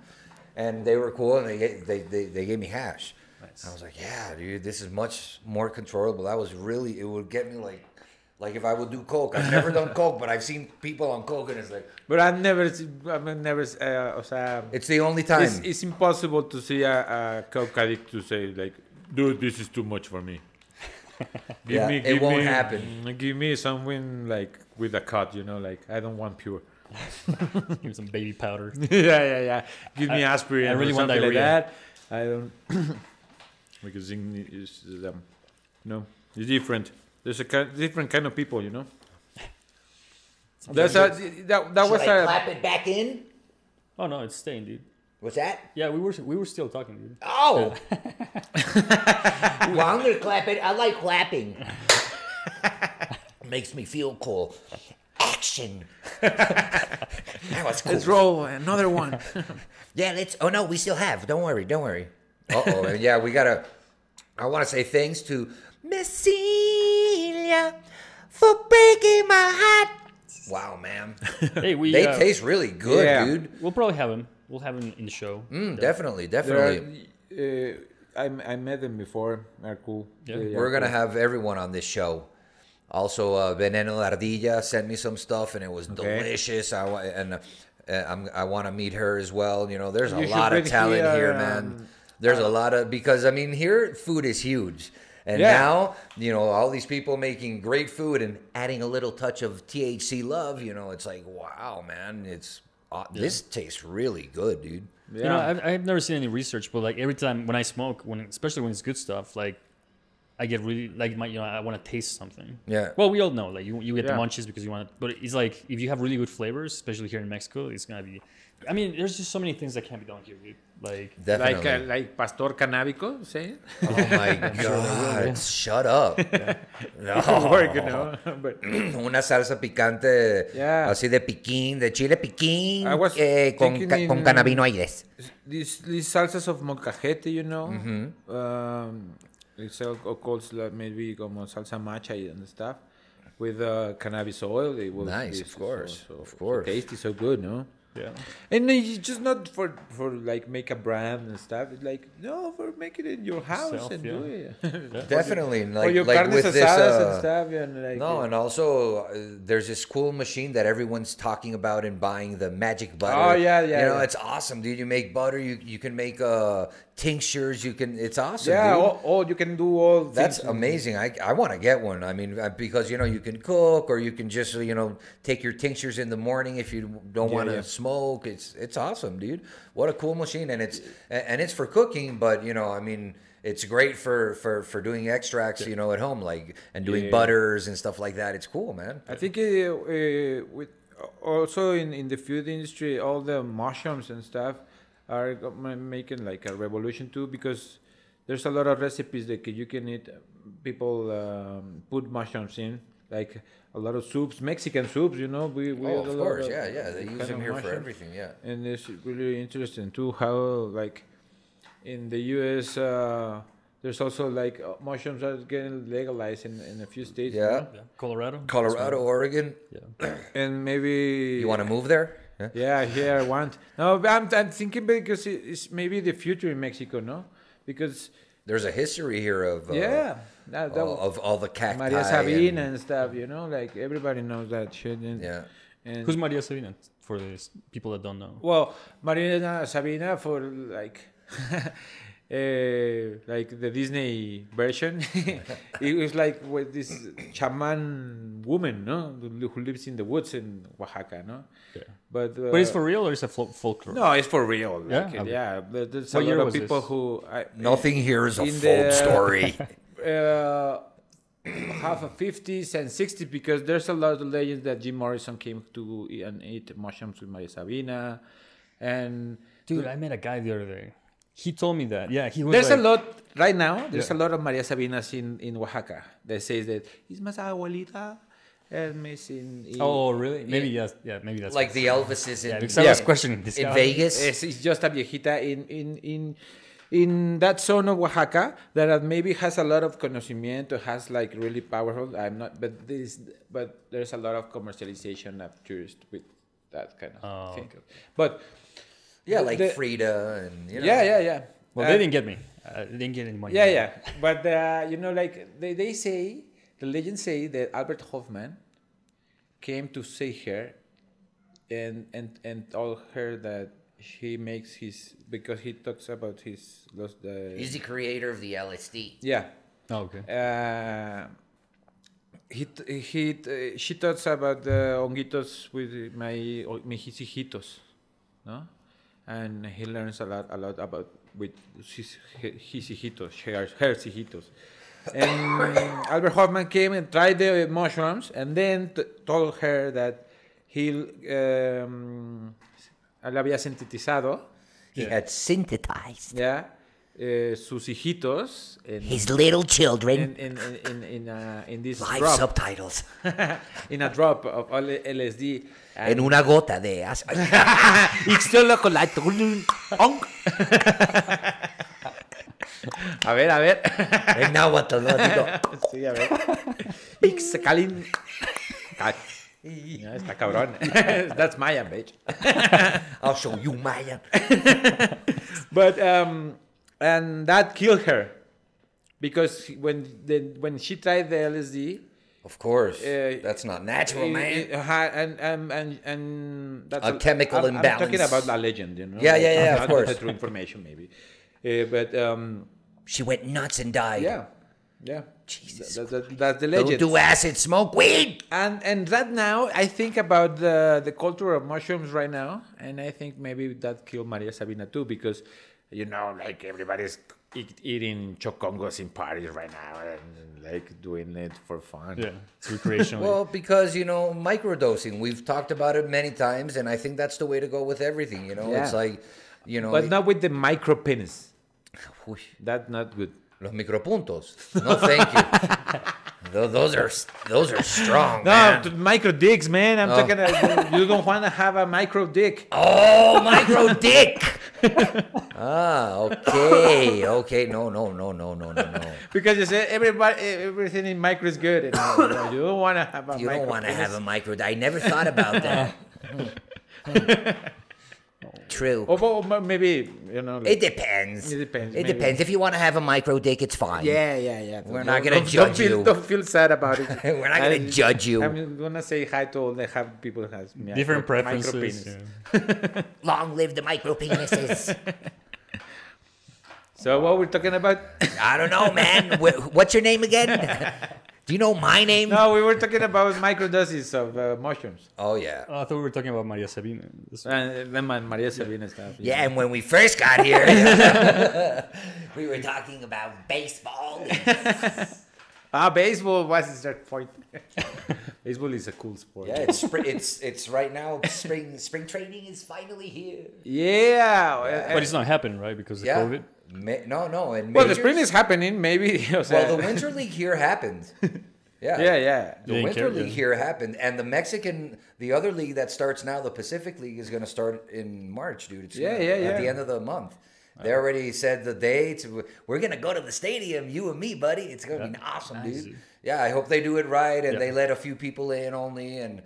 Speaker 1: And they were cool, and they ga- they they, they gave me hash.
Speaker 2: Nice.
Speaker 1: I was like, yeah, dude, this is much more controllable. That was really, it would get me like, like if I would do coke. I've never done coke, but I've seen people on coke, and it's like,
Speaker 3: But I've never, seen- I've never, uh, o sea,
Speaker 1: it's the only time.
Speaker 3: it's, it's impossible to see a, a coke addict to say like, dude, this is too much for me. give
Speaker 1: Yeah,
Speaker 3: me,
Speaker 1: it
Speaker 3: give
Speaker 1: won't
Speaker 3: me,
Speaker 1: happen.
Speaker 3: mm, Give me something like with a cut, you know, like I don't want pure.
Speaker 2: Give me some baby powder.
Speaker 3: yeah, yeah, yeah. Give me
Speaker 2: I-
Speaker 3: aspirin.
Speaker 2: I really
Speaker 3: or
Speaker 2: want
Speaker 3: something like
Speaker 2: diarrhea.
Speaker 3: that. I don't. because in, is um, no, it's different. There's a kind, different kind of people, you know. There's a that, that
Speaker 4: Should
Speaker 3: was
Speaker 4: I
Speaker 3: a
Speaker 4: clap it back in?
Speaker 2: Oh no, it's staying, dude.
Speaker 1: What's that?
Speaker 2: Yeah, we were we were still talking, dude.
Speaker 1: Oh,
Speaker 4: Well, I'm gonna clap it. I like clapping.
Speaker 1: makes me feel cool.
Speaker 4: Action.
Speaker 1: That was cool.
Speaker 3: let's roll another one.
Speaker 1: Yeah, let's. Oh no, we still have. Don't worry, don't worry. Uh oh, and yeah, we gotta. I want to say thanks to Miss Celia for breaking my heart. Wow, man,
Speaker 2: Hey, we
Speaker 1: they
Speaker 2: uh,
Speaker 1: taste really good,
Speaker 3: Yeah.
Speaker 1: dude.
Speaker 2: We'll probably have him. We'll have him in the show.
Speaker 1: Mm, Definitely,
Speaker 3: There
Speaker 1: definitely.
Speaker 3: are, uh, I I met them before. They're cool.
Speaker 2: Yeah.
Speaker 3: They
Speaker 1: We're
Speaker 3: are
Speaker 1: gonna have everyone on this show. Also, uh, Veneno de Ardilla sent me some stuff, and it was delicious. I wa- and uh, uh, I'm, I want to meet her as well. You know, there's a
Speaker 3: You should
Speaker 1: lot of
Speaker 3: bring
Speaker 1: talent
Speaker 3: here,
Speaker 1: here, man.
Speaker 3: um,
Speaker 1: There's a lot of because I mean, here food is huge, and
Speaker 3: Yeah.
Speaker 1: now you know all these people making great food and adding a little touch of THC love. You know, it's like wow, man, it's aw this tastes really good, dude.
Speaker 3: cool.
Speaker 2: You know,
Speaker 3: Yeah.
Speaker 2: I've, I've never seen any research, but like every time when I smoke, when especially when it's good stuff, like I get really like my you know I want to taste something.
Speaker 1: Yeah.
Speaker 2: Well, we all know like you you get the
Speaker 3: Yeah.
Speaker 2: munchies because you want, it, but it's like if you have really good flavors, especially here in Mexico, it's gonna be. I mean, there's just so many things that can't be done here, dude. Like
Speaker 1: Definitely.
Speaker 3: Like uh, like Pastor Canábico, say it.
Speaker 1: oh my god! Shut up! No.
Speaker 3: Or, you know,
Speaker 2: Oh.
Speaker 3: but
Speaker 1: una salsa picante
Speaker 3: Yeah.
Speaker 1: así de piquín, de chile piquín,
Speaker 3: I was
Speaker 1: eh, con,
Speaker 3: thinking
Speaker 1: ca- con
Speaker 3: in-
Speaker 1: cannabinoides.
Speaker 3: these these salsas of molcajete, you know,
Speaker 1: Mm-hmm.
Speaker 3: um, it's all all called like maybe como salsa macha and stuff with uh, cannabis oil. They will
Speaker 1: Nice,
Speaker 3: it's
Speaker 1: of course,
Speaker 3: so, so,
Speaker 1: of course.
Speaker 3: so tasty, so good, no.
Speaker 2: yeah,
Speaker 3: And it's just not for for like make a brand and stuff. It's like no, for make it in your house
Speaker 2: Yourself,
Speaker 3: and
Speaker 2: yeah.
Speaker 3: do it.
Speaker 1: Definitely,
Speaker 3: or
Speaker 1: like,
Speaker 3: your
Speaker 1: like
Speaker 3: carnes
Speaker 1: with
Speaker 3: asadas
Speaker 1: this.
Speaker 3: and
Speaker 1: Uh,
Speaker 3: stuff, and like
Speaker 1: no, and also uh, there's this cool machine that everyone's talking about and buying the magic butter.
Speaker 3: Oh, yeah, yeah,
Speaker 1: You know,
Speaker 3: yeah.
Speaker 1: it's awesome, dude. You make butter, you you can make uh, tinctures, you can. It's awesome,
Speaker 3: yeah,
Speaker 1: dude.
Speaker 3: all, all you can do all.
Speaker 1: That's
Speaker 3: things.
Speaker 1: amazing. I, I want to get one. I mean, uh, because you know you can cook, or you can just you know take your tinctures in the morning if you don't
Speaker 3: Yeah,
Speaker 1: want to
Speaker 3: yeah.
Speaker 1: smoke. It's it's awesome, dude. What a cool machine, and it's a- and it's for cooking. But you know, I mean, it's great for for for doing extracts, you know, at home, like and doing
Speaker 3: Yeah.
Speaker 1: butters and stuff like that. It's cool, man.
Speaker 3: I think uh, uh, with also in, in the food industry, all the mushrooms and stuff are go- ma- making like a revolution too because there's a lot of recipes that you can eat. People um, put mushrooms in like a lot of soups, Mexican soups. You know, we, we
Speaker 1: Oh,
Speaker 3: eat a
Speaker 1: of
Speaker 3: lot
Speaker 1: course, yeah, yeah. They
Speaker 3: kind
Speaker 1: use them
Speaker 3: of
Speaker 1: here for
Speaker 3: mushrooms.
Speaker 1: everything. Yeah.
Speaker 3: And it's really interesting too how like in the U.S. Uh, there's also like uh, mushrooms are getting legalized in, in a few states. you
Speaker 1: Yeah.
Speaker 3: know?
Speaker 2: yeah. Colorado.
Speaker 1: Colorado, Oregon.
Speaker 2: Yeah.
Speaker 3: and maybe
Speaker 1: You want to move there? Yeah.
Speaker 3: Yeah, here I want. No, but I'm, I'm thinking because it- it's maybe the future in Mexico, no? Because
Speaker 1: There's a history here of uh,
Speaker 3: yeah, that, that
Speaker 1: of, of all the cacti.
Speaker 3: Maria
Speaker 1: and-
Speaker 3: Sabina and, stuff, you know, like everybody knows that shit. And,
Speaker 1: yeah.
Speaker 3: and
Speaker 2: Who's Maria Sabina? For the s- people that don't know,
Speaker 3: well, Maria Sabina for like. Uh, like the Disney version, it was like with this shaman woman, no, who lives in the woods in Oaxaca, no.
Speaker 2: yeah.
Speaker 3: But uh,
Speaker 2: but it's for real or it's a fol- folklore?
Speaker 3: no, it's for real. Like,
Speaker 2: Yeah?
Speaker 3: yeah, yeah. there- There's a
Speaker 2: What year
Speaker 3: lot of
Speaker 2: was
Speaker 3: people
Speaker 2: this?
Speaker 3: who I,
Speaker 1: Nothing here is a
Speaker 3: In
Speaker 1: full
Speaker 3: the-
Speaker 1: story.
Speaker 3: uh, half of 50s and 60s because there's a lot of legends that Jim Morrison came to eat and eat mushrooms with Maria Sabina, and
Speaker 2: Dude, I met a guy the other day. He told me that. Yeah, he was.
Speaker 3: there's
Speaker 2: like,
Speaker 3: a lot right now. There's a lot of Maria Sabinas in in Oaxaca. They say that is más abuelita, and miss in. in-
Speaker 2: Oh, really? Maybe yes. Yeah, maybe that's
Speaker 1: like the Elvises in,
Speaker 2: Yeah, because I was
Speaker 1: in-
Speaker 2: questioning this
Speaker 1: in
Speaker 2: guy.
Speaker 1: Vegas.
Speaker 3: Es- it's just a viejita in in in in that zone of Oaxaca that maybe has a lot of conocimiento, has like really powerful. I'm not, but this, but there's a lot of commercialization of tourists with that kind of
Speaker 2: Oh,
Speaker 3: thing.
Speaker 2: okay,
Speaker 3: But
Speaker 1: yeah, like
Speaker 3: the-
Speaker 1: Frida and you know.
Speaker 3: yeah, yeah, yeah.
Speaker 2: Well,
Speaker 3: Uh,
Speaker 2: they didn't get me. Uh, they didn't get any money.
Speaker 3: Yeah, yeah. But uh, you know, like they, they say, the legends say that Albert Hoffman came to see her, and and and told her that he makes his because he talks about his lost the
Speaker 1: He's the creator of the LSD.
Speaker 3: yeah.
Speaker 2: Oh, okay.
Speaker 3: Uh, he, t- he, t- she talks about the honguitos with my o- mis hijitos, no? And he learns a lot, a lot about with his, his hijitos, her, her hijitos. And Albert Hoffman came and tried the mushrooms, and then t- told her that he um, la había sintetizado,
Speaker 4: He had synthesized
Speaker 3: yeah, eh, sus hijitos. en-
Speaker 4: his little
Speaker 3: in
Speaker 4: children.
Speaker 3: in in in in, uh, in this
Speaker 4: Live
Speaker 3: drop
Speaker 4: subtitles.
Speaker 3: in a drop of all LSD. And
Speaker 4: En una gota de ácido.
Speaker 3: it's still chocolate. a ver, a ver.
Speaker 1: and now what the Lord, you go,
Speaker 3: sí, a ver. Ixcalin. Ay, no, está cabrón. That's Maya, bitch.
Speaker 1: I'll show you Maya.
Speaker 3: But um, and that killed her because when the, when she tried the LSD.
Speaker 1: Of course.
Speaker 3: Uh,
Speaker 1: That's not natural,
Speaker 3: it-
Speaker 1: Oh, man.
Speaker 3: it- ha- and and and, and that's
Speaker 1: A chemical
Speaker 3: I'm, I'm talking
Speaker 1: imbalance.
Speaker 3: about a legend, you know.
Speaker 1: Yeah, yeah,
Speaker 3: not-
Speaker 1: yeah, of
Speaker 3: not
Speaker 1: course.
Speaker 3: the true information, maybe. Uh, but um,
Speaker 1: she went nuts and died.
Speaker 3: yeah, yeah.
Speaker 1: Jesus
Speaker 3: That- that- that's the
Speaker 1: Don't
Speaker 3: legend.
Speaker 1: do acid, smoke weed.
Speaker 3: and and right now, I think about the the culture of mushrooms right now, and I think maybe that killed Maria Sabina too because, you know, like everybody's eat, eating chocongos in Paris right now and like doing it for fun.
Speaker 2: Yeah, it's recreational.
Speaker 1: Well, because you know, microdosing. We've talked about it many times, and I think that's the way to go with everything. You know,
Speaker 3: Yeah.
Speaker 1: it's like, you know,
Speaker 3: But
Speaker 1: it-
Speaker 3: not with the micro penis.
Speaker 1: Uy,
Speaker 3: That's not good.
Speaker 1: los micropuntos. No, thank you. Tho- those are those are strong.
Speaker 3: No,
Speaker 1: man.
Speaker 3: t- micro dicks, man. I'm
Speaker 1: Oh.
Speaker 3: talking. About, you don't want to have a micro dick.
Speaker 1: Oh, micro dick. ah, okay, okay. No, no, no, no, no, no, no.
Speaker 3: Because you say everybody, e, everything in micro is good. And, uh, you, know, you don't want to have a
Speaker 1: You
Speaker 3: micro.
Speaker 1: don't want to
Speaker 3: penis.
Speaker 1: have a micro. I never thought about that. True.
Speaker 3: Or, or ma- maybe you know.
Speaker 1: It
Speaker 3: Like,
Speaker 1: depends.
Speaker 3: Oh, It depends,
Speaker 1: It
Speaker 3: maybe.
Speaker 1: depends. If you want to have a micro dick, it's fine.
Speaker 3: yeah, yeah, yeah.
Speaker 1: We're
Speaker 3: Um, Don't-
Speaker 1: not gonna
Speaker 3: don't-
Speaker 1: judge
Speaker 3: don't feel,
Speaker 1: you.
Speaker 3: Don't feel sad about it.
Speaker 1: We're not gonna
Speaker 3: I-
Speaker 1: judge you.
Speaker 3: I'm gonna say hi to all the have people who has mi-
Speaker 2: Different
Speaker 3: micro
Speaker 2: preferences.
Speaker 3: penis.
Speaker 2: yeah.
Speaker 4: Long live the micro penises.
Speaker 3: So what we're talking about?
Speaker 1: I don't know, man. Wh- What's your name again? Do you know my name?
Speaker 3: no, we were talking about microdoses of uh, mushrooms Uh,
Speaker 1: Oh yeah.
Speaker 2: Oh, I thought we were talking about Maria Sabina. This-
Speaker 3: and then my Maria Sabina stuff.
Speaker 1: Yeah, and when we first got here, we were talking about baseball. and-
Speaker 3: Ah, baseball was that point. baseball is a cool sport.
Speaker 1: yeah, it's spr- it's it's right now. Spring spring training is finally here.
Speaker 3: Yeah. uh,
Speaker 2: But it's not happening, right? Because of
Speaker 1: Yeah.
Speaker 2: COVID.
Speaker 1: Ma- no, no, and
Speaker 3: well, the
Speaker 1: majors-
Speaker 3: spring is happening. Maybe. o sea,
Speaker 1: Well, the winter league here happened. Yeah.
Speaker 3: Yeah, yeah.
Speaker 1: The
Speaker 2: They didn't
Speaker 1: winter
Speaker 2: care,
Speaker 1: league
Speaker 2: yeah.
Speaker 1: here happened, and the Mexican, the other league that starts now, the Pacific League, is going to start in March, dude. It's
Speaker 3: Yeah,
Speaker 1: gonna-
Speaker 3: yeah,
Speaker 1: At
Speaker 3: yeah.
Speaker 1: the end of the month, they already said the dates. We're going to go to the stadium, you and me, buddy. It's going to be awesome,
Speaker 2: Nice,
Speaker 1: dude.
Speaker 2: dude.
Speaker 1: Yeah, I hope they do it right, and
Speaker 2: Yeah.
Speaker 1: they let a few people in only, and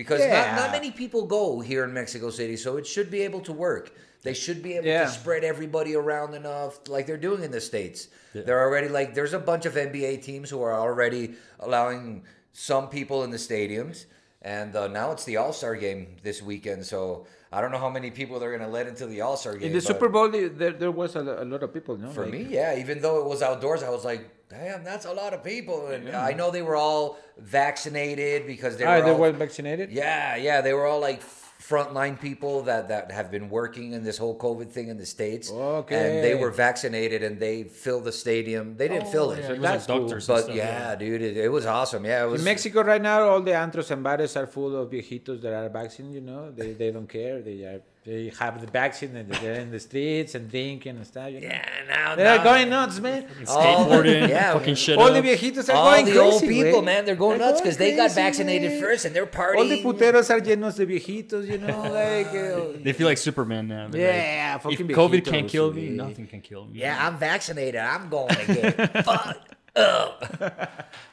Speaker 1: because
Speaker 3: Yeah.
Speaker 1: not, not many people go here in Mexico City, so it should be able to work. They should be able
Speaker 3: Yeah.
Speaker 1: to spread everybody around enough, like they're doing in the states.
Speaker 2: Yeah.
Speaker 1: They're already like there's a bunch of NBA teams who are already allowing some people in the stadiums, and uh, now it's the All Star game this weekend. So I don't know how many people they're gonna let into the All Star game.
Speaker 3: In the
Speaker 1: but
Speaker 3: Super Bowl, the- there, there was a, lo- a lot of people. No,
Speaker 1: for
Speaker 3: Like-
Speaker 1: me, yeah, even though it was outdoors, I was like. Damn, that's a lot of people, and I know they were all vaccinated because they were
Speaker 3: Ah, they
Speaker 1: all
Speaker 3: were vaccinated.
Speaker 1: yeah, yeah, they were all like f- frontline people that that have been working in this whole COVID thing in the states,
Speaker 3: Okay. Oh,
Speaker 1: and they were vaccinated and they filled the stadium. They didn't fill it,
Speaker 2: Yeah, it was
Speaker 3: That's
Speaker 2: like
Speaker 3: cool.
Speaker 2: doctors, and
Speaker 1: but
Speaker 2: stuff,
Speaker 1: yeah, dude, it, it was awesome. Yeah, it was
Speaker 3: In Mexico right now, all the antros and bares are full of viejitos that are vaccinated. You know, they, they don't care. They are they have the vaccine and they're in the streets and drinking and stuff. You know?
Speaker 1: Yeah, now
Speaker 3: they are
Speaker 1: now-
Speaker 3: going nuts, man.
Speaker 1: all-
Speaker 2: skateboarding,
Speaker 1: yeah,
Speaker 2: fucking shit.
Speaker 3: All the
Speaker 2: up.
Speaker 3: viejitos are
Speaker 1: All
Speaker 3: going
Speaker 1: the
Speaker 3: crazy,
Speaker 1: old people,
Speaker 3: güey.
Speaker 1: man, they're going nuts because they got
Speaker 3: crazy,
Speaker 1: vaccinated
Speaker 3: güey.
Speaker 1: first and they're partying.
Speaker 3: All the puteros are llenos de viejitos, you know, like. uh,
Speaker 2: They feel like Superman now. They're like,
Speaker 3: yeah,
Speaker 2: if
Speaker 3: fucking
Speaker 2: COVID
Speaker 3: viejitos,
Speaker 2: can't kill me,
Speaker 3: güey.
Speaker 2: nothing can kill me.
Speaker 1: Yeah, I'm vaccinated. I'm going again.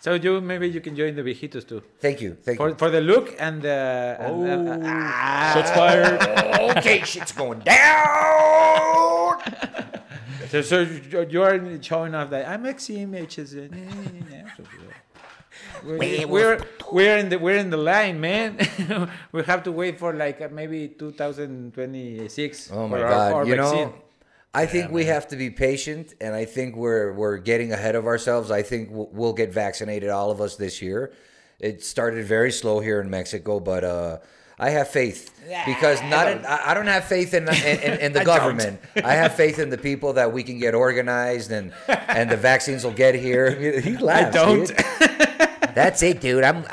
Speaker 3: So you maybe you can join the viejitos too
Speaker 1: Thank you. Thank
Speaker 3: for
Speaker 1: you.
Speaker 3: for the look and the. and-
Speaker 2: Oh.
Speaker 3: and- ah.
Speaker 2: Shots fired.
Speaker 1: okay, shit's going down.
Speaker 3: So, so you- you are showing off that I'm eh, ex-images. We're, we're we're in the we're in the line, man. we have to wait for like uh, maybe 2026.
Speaker 1: Oh my
Speaker 3: for our-
Speaker 1: god!
Speaker 3: our
Speaker 1: you
Speaker 3: vaccine.
Speaker 1: know, I think we have to be patient, and I think we're we're getting ahead of ourselves. I think we'll, we'll get vaccinated, all of us this year. It started very slow here in Mexico, but uh, I have faith because not in, I I don't have faith in in, in, in the government. I have faith in the people that we can get organized and and the vaccines will get here. He laughs.
Speaker 3: don't.
Speaker 1: dude. That's it, dude. I'm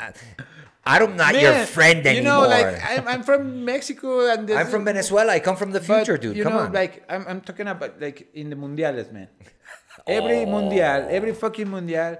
Speaker 1: I'm not your
Speaker 3: Man,
Speaker 1: friend anymore.
Speaker 3: You know, like I'm, I'm from Mexico and this
Speaker 1: I'm
Speaker 3: is-
Speaker 1: from Venezuela. I come from the
Speaker 3: but,
Speaker 1: future, dude.
Speaker 3: You
Speaker 1: Come
Speaker 3: know,
Speaker 1: on.
Speaker 3: like I'm, I'm talking about like in the mundiales, man.
Speaker 1: Oh.
Speaker 3: Every mundial, every fucking mundial,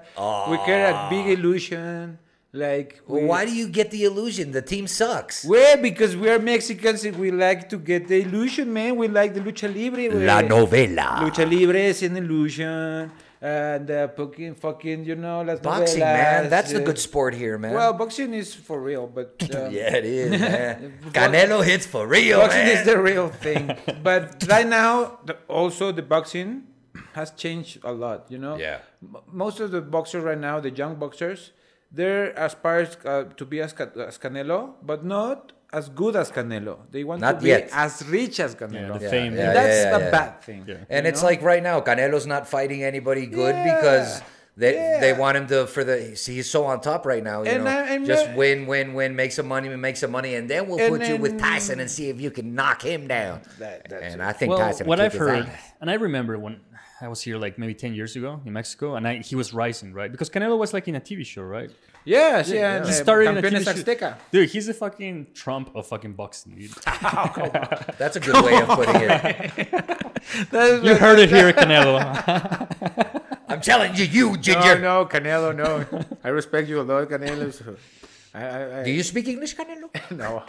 Speaker 3: we care a big illusion. Like
Speaker 1: Well,
Speaker 3: we-
Speaker 1: why do you get the illusion? The team sucks.
Speaker 3: Well, because we are Mexicans and we like to get the illusion, man. We like the lucha libre. güey.
Speaker 1: La novela.
Speaker 3: Lucha libre is an illusion. And uh, fucking, fucking, you know, las
Speaker 1: Boxing,
Speaker 3: novelas,
Speaker 1: man. That's the
Speaker 3: uh,
Speaker 1: good sport here, man.
Speaker 3: Well, boxing is for real, but um,
Speaker 1: yeah, it is, man. Canelo hits for real,
Speaker 3: boxing
Speaker 1: man.
Speaker 3: is the real thing. but right now, the, also the boxing has changed a lot. You know,
Speaker 1: Yeah.
Speaker 3: M- most of the boxers right now, the young boxers, they're aspires uh, to be as, Ca- as Canelo, but not as good as Canelo. They want
Speaker 1: Not
Speaker 3: to be
Speaker 1: yet.
Speaker 3: as rich as Canelo.
Speaker 2: the fame.
Speaker 3: And
Speaker 1: Yeah,
Speaker 3: that's
Speaker 1: yeah,
Speaker 3: a
Speaker 1: yeah.
Speaker 3: bad thing.
Speaker 2: Yeah.
Speaker 1: and it's like right now, Canelo's not fighting anybody good
Speaker 3: Yeah,
Speaker 1: because they they
Speaker 3: yeah.
Speaker 1: want him to for the see he's so on top right now. You
Speaker 3: And
Speaker 1: know,
Speaker 3: I- and
Speaker 1: just
Speaker 3: I-
Speaker 1: win, win, win, make some money, make some money, and then we'll
Speaker 3: And
Speaker 1: put you with
Speaker 3: then-
Speaker 1: Tyson and see if you can knock him down.
Speaker 3: That- that's
Speaker 1: and
Speaker 3: it.
Speaker 1: I think
Speaker 2: well,
Speaker 1: Tyson. will
Speaker 2: what
Speaker 1: kick
Speaker 2: I've
Speaker 1: his
Speaker 2: heard,
Speaker 1: ass.
Speaker 2: and I remember when I was here, like maybe ten years ago in Mexico, and I, he was rising, right? Because Canelo was like in a TV show, right?
Speaker 3: Yes, yeah, and,
Speaker 2: He
Speaker 3: uh,
Speaker 2: started in a TV
Speaker 3: Campeones
Speaker 2: show.
Speaker 3: Azteca.
Speaker 2: Dude, he's the fucking Trump of fucking boxing. Dude.
Speaker 1: That's a good way of putting it.
Speaker 3: That is
Speaker 2: you
Speaker 3: like-
Speaker 2: heard it here, Canelo.
Speaker 1: I'm telling you, you
Speaker 3: No,
Speaker 1: ginger.
Speaker 3: no, Canelo, no. I respect you a lot, Canelo. so- I, I, I,
Speaker 1: Do you speak English, Canelo?
Speaker 3: no,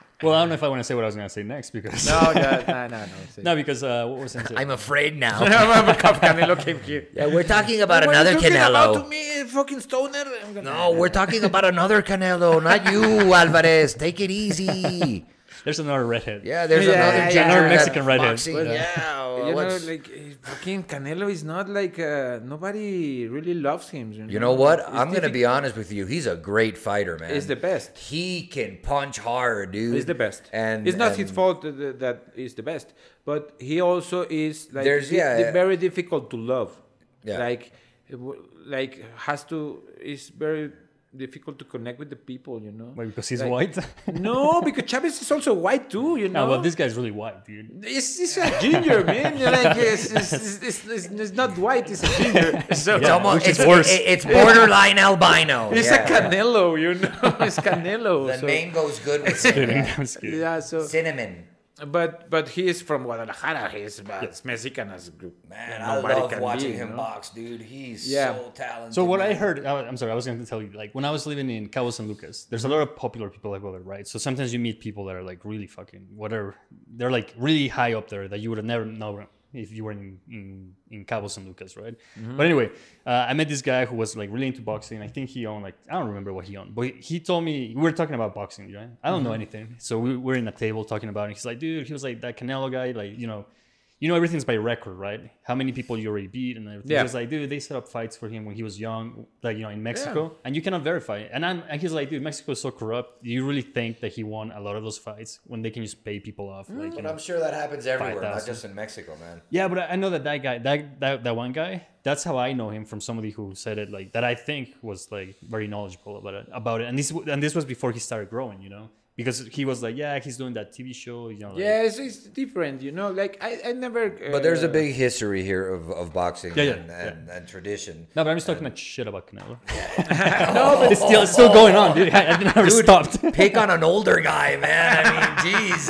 Speaker 2: well, I don't know if I want to say what I was gonna say next because
Speaker 3: no, no, no, no, no.
Speaker 2: no, because uh, what was I gonna say?
Speaker 1: I'm afraid now.
Speaker 3: I'm a cup Canelo came here.
Speaker 1: Yeah, we're talking about
Speaker 3: What
Speaker 1: another
Speaker 3: are you talking About to
Speaker 1: Canelo.
Speaker 3: me, fucking stoner. I'm gonna-
Speaker 1: No, we're talking about another Canelo, not you, Alvarez. Take it easy.
Speaker 2: There's another redhead.
Speaker 1: Yeah, there's
Speaker 3: Yeah,
Speaker 1: another
Speaker 3: yeah,
Speaker 1: ginger
Speaker 2: another
Speaker 1: that
Speaker 2: Mexican redhead.
Speaker 1: boxing-
Speaker 2: Well,
Speaker 1: yeah, well,
Speaker 3: You know,
Speaker 1: Oh, what's-
Speaker 3: like eh, fucking Canelo is not like uh, nobody really loves him. You know,
Speaker 1: you know what?
Speaker 3: It's
Speaker 1: I'm gonna
Speaker 3: difficult.
Speaker 1: be honest with you. He's a great fighter, man.
Speaker 3: He's the best.
Speaker 1: He can punch hard, dude.
Speaker 3: He's the best,
Speaker 1: And
Speaker 3: it's not
Speaker 1: and
Speaker 3: his fault that- that, that he's the best, but he also is like
Speaker 1: There's-
Speaker 3: di-
Speaker 1: yeah,
Speaker 3: di-
Speaker 1: yeah.
Speaker 3: very difficult to love.
Speaker 1: Yeah.
Speaker 3: Like, eh, w- like has to is very difficult to connect with the people. You know,
Speaker 2: Wait, because he's
Speaker 3: Like-
Speaker 2: white.
Speaker 3: no, because Chavez is also white too. You know,
Speaker 2: no, but this guy's really white, dude.
Speaker 3: It's, it's a ginger, man. Like it's, it's, it's, it's, it's not white. It's a ginger. So
Speaker 1: It's
Speaker 2: Yeah,
Speaker 1: almost-
Speaker 2: which is
Speaker 1: it's,
Speaker 2: worse.
Speaker 1: it- it's borderline albino.
Speaker 3: it's
Speaker 1: yeah.
Speaker 3: a Canelo, you know. It's Canelo.
Speaker 1: The
Speaker 3: so,
Speaker 1: name goes good with it.
Speaker 2: Kidding, I'm just kidding.
Speaker 3: Yeah. So,
Speaker 1: cinnamon.
Speaker 3: but but he is from Guadalajara. He's as Mexican as group.
Speaker 1: Man, I
Speaker 3: Nobody
Speaker 1: love
Speaker 3: can
Speaker 1: watching
Speaker 3: be,
Speaker 1: him
Speaker 3: you know?
Speaker 1: box, dude. He's
Speaker 3: Yeah.
Speaker 1: so talented.
Speaker 2: So what I
Speaker 1: man.
Speaker 2: heard, I, was- I'm sorry, I was going to tell you, like when I was living in Cabo San Lucas, there's a lot of popular people like whatever, right? So sometimes you meet people that are like really fucking whatever, they're like really high up there that you would have never known if you were in in, in Cabo San Lucas, right? But anyway, uh, I met this guy who was like really into boxing. I think he owned like I don't remember what he owned, but he, he told me we were talking about boxing, right? I don't know anything, so we were in a table talking about it. He's like, dude, he was like that Canelo guy, like you know. You know everything's by record, right? How many people you already beat and everything.
Speaker 3: Yeah.
Speaker 2: He was like, dude, they set up fights for him when he was young, like you know, in Mexico, and you cannot verify. it. And I'm, and he's like, dude, Mexico is so corrupt. Do you really think that he won a lot of those fights when they can just pay people off? Like, you
Speaker 1: But
Speaker 2: know?
Speaker 1: I'm sure that happens everywhere, not
Speaker 2: 5,000.
Speaker 1: just in Mexico, man.
Speaker 2: Yeah, but I I know that that guy, that, that that one guy, that's how I know him from somebody who said it like that. I think was like very knowledgeable about it, about it. And this w- and this was before he started growing, you know. because he was like, yeah, he's doing that TV show, you know. Like,
Speaker 3: Yeah, it's, it's different, you know. Like I, I never. Uh,
Speaker 1: But there's a big history here of, of boxing
Speaker 2: Yeah, yeah,
Speaker 1: and, and, and tradition.
Speaker 2: No, but I'm just talking about shit about Canelo. no, but it's still it's still going on, dude. I, I never stopped.
Speaker 1: Pick on an older guy, man. I mean, jeez.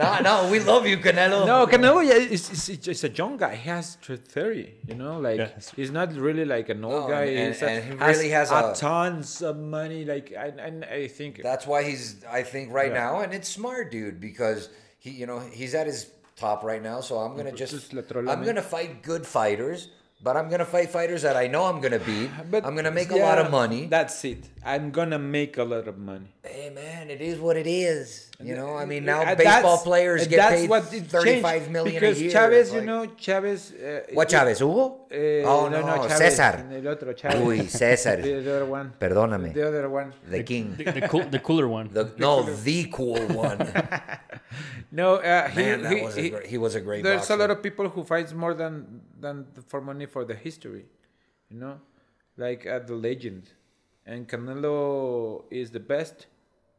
Speaker 1: No, no, we love you, Canelo.
Speaker 3: No, Canelo, yeah, it's, it's, it's, it's a young guy. He has th- 30, you know, like
Speaker 2: Yeah, that's-
Speaker 3: he's not really like an old
Speaker 1: No,
Speaker 3: guy.
Speaker 1: Oh, and-
Speaker 3: he's
Speaker 1: and he really has a-
Speaker 3: tons of money. Like, and, and I think
Speaker 1: That's why he's, I think, right now, and it's smart, dude, because he, you know, he's at his top right now. So I'm gonna just,
Speaker 3: Just la trola,
Speaker 1: I'm
Speaker 3: man.
Speaker 1: gonna fight good fighters, but I'm gonna fight fighters that I know I'm gonna beat.
Speaker 3: but
Speaker 1: I'm gonna make a lot
Speaker 3: yeah,
Speaker 1: of money.
Speaker 3: That's it. I'm gonna make a lot of money.
Speaker 1: hey, man, it is what it is. You know, I mean, now
Speaker 3: Uh,
Speaker 1: baseball
Speaker 3: that's-
Speaker 1: players
Speaker 3: uh,
Speaker 1: get
Speaker 3: that's
Speaker 1: paid
Speaker 3: what it
Speaker 1: thirty-five
Speaker 3: changed,
Speaker 1: million
Speaker 3: because
Speaker 1: a year.
Speaker 3: Chavez,
Speaker 1: It's
Speaker 3: you
Speaker 1: like-
Speaker 3: know, Chavez. Uh,
Speaker 1: what
Speaker 3: it-
Speaker 1: Chavez? Hugo?
Speaker 3: eh,
Speaker 1: oh no, no,
Speaker 3: Chavez,
Speaker 1: César.
Speaker 3: El otro Chavez.
Speaker 1: Uy, César.
Speaker 3: The, the other one.
Speaker 1: Perdóname.
Speaker 3: The other one.
Speaker 1: The king.
Speaker 2: the, the, cool, the cooler one.
Speaker 1: The, no, the cool one.
Speaker 3: No, uh, he,
Speaker 1: Man,
Speaker 3: he,
Speaker 1: that was a
Speaker 3: he-
Speaker 1: great, he was a great
Speaker 3: There's
Speaker 1: boxer.
Speaker 3: a lot of people who fights more than than for money for the history, you know, like uh, the legend, and Canelo is the best,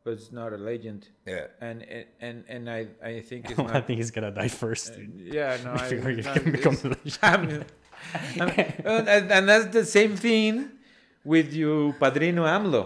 Speaker 3: but it's not a legend.
Speaker 1: Yeah.
Speaker 3: And and and, and I I think it's
Speaker 2: I
Speaker 3: not.
Speaker 2: think he's gonna die first. dude.
Speaker 3: Yeah, no, I,
Speaker 2: Before you
Speaker 3: no,
Speaker 2: can become
Speaker 3: it's-
Speaker 2: a legend.
Speaker 3: I'm- I'm- and, and that's the same thing with you, Padrino AMLO.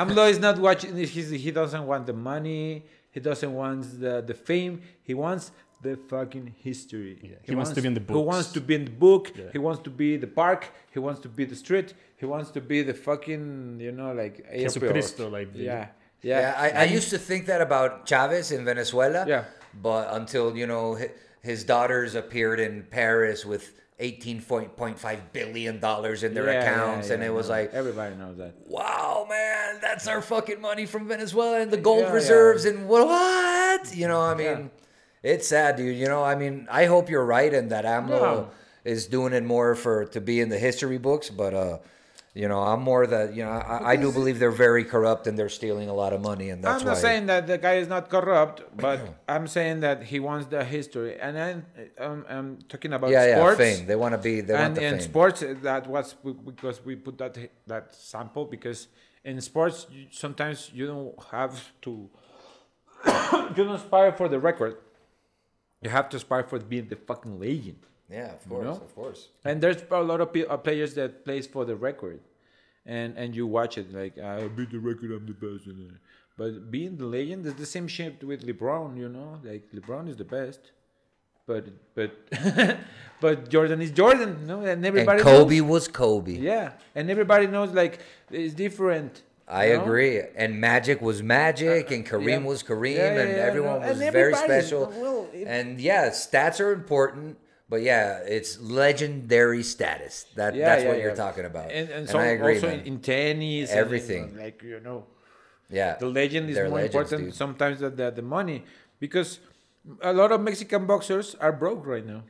Speaker 3: AMLO is not watching. He's, he doesn't want the money. He doesn't want the, the fame. He wants the fucking history.
Speaker 2: he wants to be in the
Speaker 3: He wants
Speaker 2: books.
Speaker 3: to be in the book. He wants to be the park. He wants to be the street. He wants to be the fucking you know like
Speaker 2: Jesucristo, like the-
Speaker 3: yeah,
Speaker 1: Yeah,
Speaker 3: yeah.
Speaker 1: I, I used to think that about Chavez in Venezuela.
Speaker 3: Yeah.
Speaker 1: But until, you know, hi- his daughters appeared in Paris with $18.5 billion in their
Speaker 3: Yeah, yeah,
Speaker 1: accounts.
Speaker 3: yeah,
Speaker 1: and it
Speaker 3: no,
Speaker 1: was like,
Speaker 3: everybody knows that.
Speaker 1: wow, man, that's our fucking money from Venezuela and the gold
Speaker 3: Yeah, yeah.
Speaker 1: reserves and what, what? You know, I mean, it's sad, dude. You know, I mean, I hope you're right and that AMLO
Speaker 3: No.
Speaker 1: is doing it more for to be in the history books, but uh. You know, I'm more that you know. I, I do believe they're very corrupt and they're stealing a lot of money, and that's
Speaker 3: I'm not
Speaker 1: why.
Speaker 3: saying that the guy is not corrupt, but I'm saying that he wants the history. And then um, I'm talking about
Speaker 1: yeah,
Speaker 3: sports.
Speaker 1: yeah, fame. They want to be. They want
Speaker 3: and
Speaker 1: the
Speaker 3: in
Speaker 1: fame.
Speaker 3: sports, uh, that was we- because we put that that sample because in sports you, sometimes you don't have to you don't aspire for the record. You have to aspire for being the fucking legend.
Speaker 1: yeah, of course,
Speaker 3: know?
Speaker 1: of course.
Speaker 3: And there's a lot of pe- uh, players that plays for the record, and and you watch it like "Ah, I beat the record, I'm the best. in it." But being the legend is the same shit with LeBron, you know. Like LeBron is the best, but but but Jordan is Jordan, you know. And everybody
Speaker 1: and Kobe
Speaker 3: knows,
Speaker 1: was Kobe.
Speaker 3: yeah, and everybody knows like it's different.
Speaker 1: I
Speaker 3: you know? Uh,
Speaker 1: agree. And Magic was Magic, and Kareem
Speaker 3: yeah.
Speaker 1: was Kareem,
Speaker 3: Yeah, yeah,
Speaker 1: and
Speaker 3: yeah, no,
Speaker 1: everyone
Speaker 3: and
Speaker 1: was very
Speaker 3: everybody-
Speaker 1: special.
Speaker 3: well, it-
Speaker 1: and yeah, stats are important, but yeah, it's legendary status. That
Speaker 3: Yeah,
Speaker 1: that's
Speaker 3: yeah,
Speaker 1: what you're
Speaker 3: yeah.
Speaker 1: talking about.
Speaker 3: And and, so
Speaker 1: I agree,
Speaker 3: also in,
Speaker 1: man.
Speaker 3: in tennis, and in,
Speaker 1: Everything.
Speaker 3: like you know.
Speaker 1: yeah,
Speaker 3: the legend is
Speaker 1: They're
Speaker 3: more
Speaker 1: legends,
Speaker 3: important
Speaker 1: dude.
Speaker 3: sometimes than the, the money because a lot of Mexican boxers are broke right now.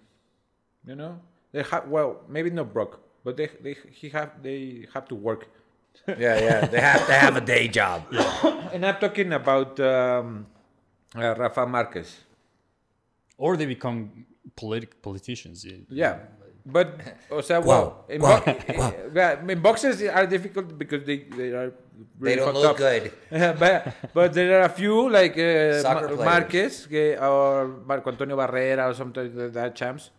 Speaker 3: You know, they have well, maybe not broke, but they they he have they have to work.
Speaker 1: yeah, yeah. They have to have a day job.
Speaker 3: And I'm talking about um, uh, Rafa Marquez.
Speaker 2: Or they become politic politicians. dude.
Speaker 3: Yeah. But, o sea, wow.
Speaker 1: Wow,
Speaker 3: In,
Speaker 1: wow,
Speaker 3: bo- eh, yeah, I mean, boxers are difficult because they, they are really
Speaker 1: They don't look
Speaker 3: fucked up.
Speaker 1: good.
Speaker 3: but, but there are a few like uh,
Speaker 1: Soccer
Speaker 3: Ma-
Speaker 1: players.
Speaker 3: Marquez que- or Marco Antonio Barrera or something like that champs.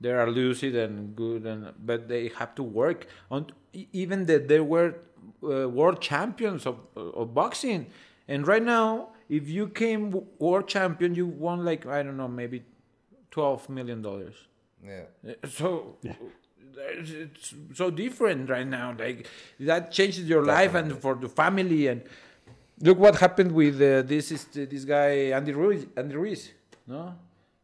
Speaker 3: They are lucid and good, and but they have to work on. e- Even that they were uh, world champions of, of boxing, and right now, if you came w- world champion, you won like I don't know, maybe twelve million dollars
Speaker 1: Yeah.
Speaker 3: so it's so different right now like that changes your life and for the family and look what happened with uh, this is this guy andy ruiz andy ruiz no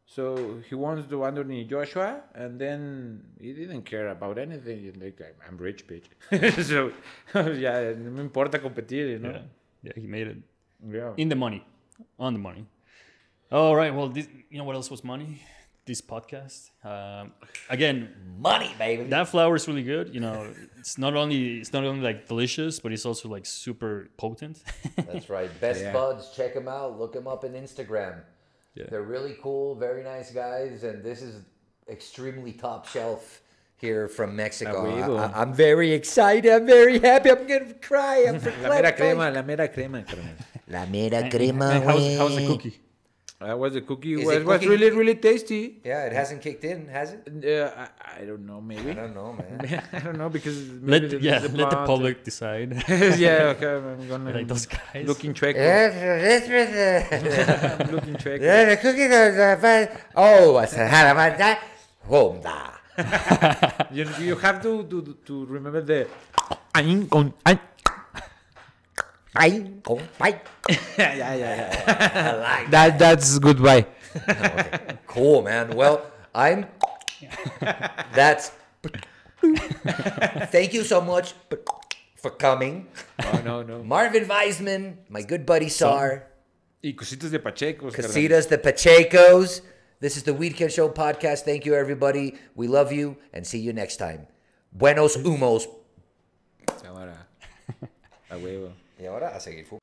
Speaker 3: so he wants to Anthony Joshua, and then he didn't care about anything. He's Like "I'm- I'm rich, bitch. so yeah, no me importa competir, you
Speaker 2: yeah,
Speaker 3: know.
Speaker 2: yeah, he made it
Speaker 3: Yeah.
Speaker 2: in the money, on the money. All right, well, this, you know what else was money? This podcast. Um, again,
Speaker 1: Money, baby.
Speaker 2: that flour is really good. You know, it's not only it's not only like delicious, but it's also like super potent.
Speaker 1: That's right. Best
Speaker 3: Yeah.
Speaker 1: Buds. Check them out. Look them up on Instagram.
Speaker 2: Yeah.
Speaker 1: They're really cool, very nice guys, and this is extremely top shelf here from Mexico.
Speaker 3: Ah, huevo.
Speaker 1: I, am very excited. I'm very happy. I'm gonna cry. I'm for
Speaker 3: La mera crema, la mera crema, carnal.
Speaker 4: La mera
Speaker 2: And-
Speaker 4: crema,
Speaker 2: and how's,
Speaker 4: güey.
Speaker 2: how's the cookie?
Speaker 3: That was the cookie.
Speaker 1: Is
Speaker 3: was,
Speaker 1: it
Speaker 3: was
Speaker 1: cookie?
Speaker 3: really, really tasty.
Speaker 1: Yeah, it hasn't kicked in, has it?
Speaker 3: Uh, I, I don't know, maybe.
Speaker 1: I don't know, man.
Speaker 3: I don't know because
Speaker 2: Let
Speaker 3: maybe the-
Speaker 2: yeah, let the
Speaker 3: blonde-
Speaker 2: public decide.
Speaker 3: yeah, okay, I'm gonna
Speaker 2: like those guys.
Speaker 3: look in Chueco. I'm looking Chueco.
Speaker 1: uh, Oh, Honda.
Speaker 3: You, you have to, to to remember the
Speaker 4: Ay, compay.
Speaker 3: yeah yeah yeah. yeah.
Speaker 1: I like that.
Speaker 3: That that's goodbye.
Speaker 1: Cool, man. Well, I'm. That's. Thank you so much for coming.
Speaker 3: Oh no no.
Speaker 1: Marvin Weisman, my good buddy Sar,
Speaker 3: Y cositas de Pacheco. carnal.
Speaker 1: Casitas, the Pachecos. This is the Weekend Show podcast. Thank you, everybody. We love you and see you next time. Buenos humos.
Speaker 3: Cámara. A huevo.
Speaker 1: Y ahora a seguir fumando.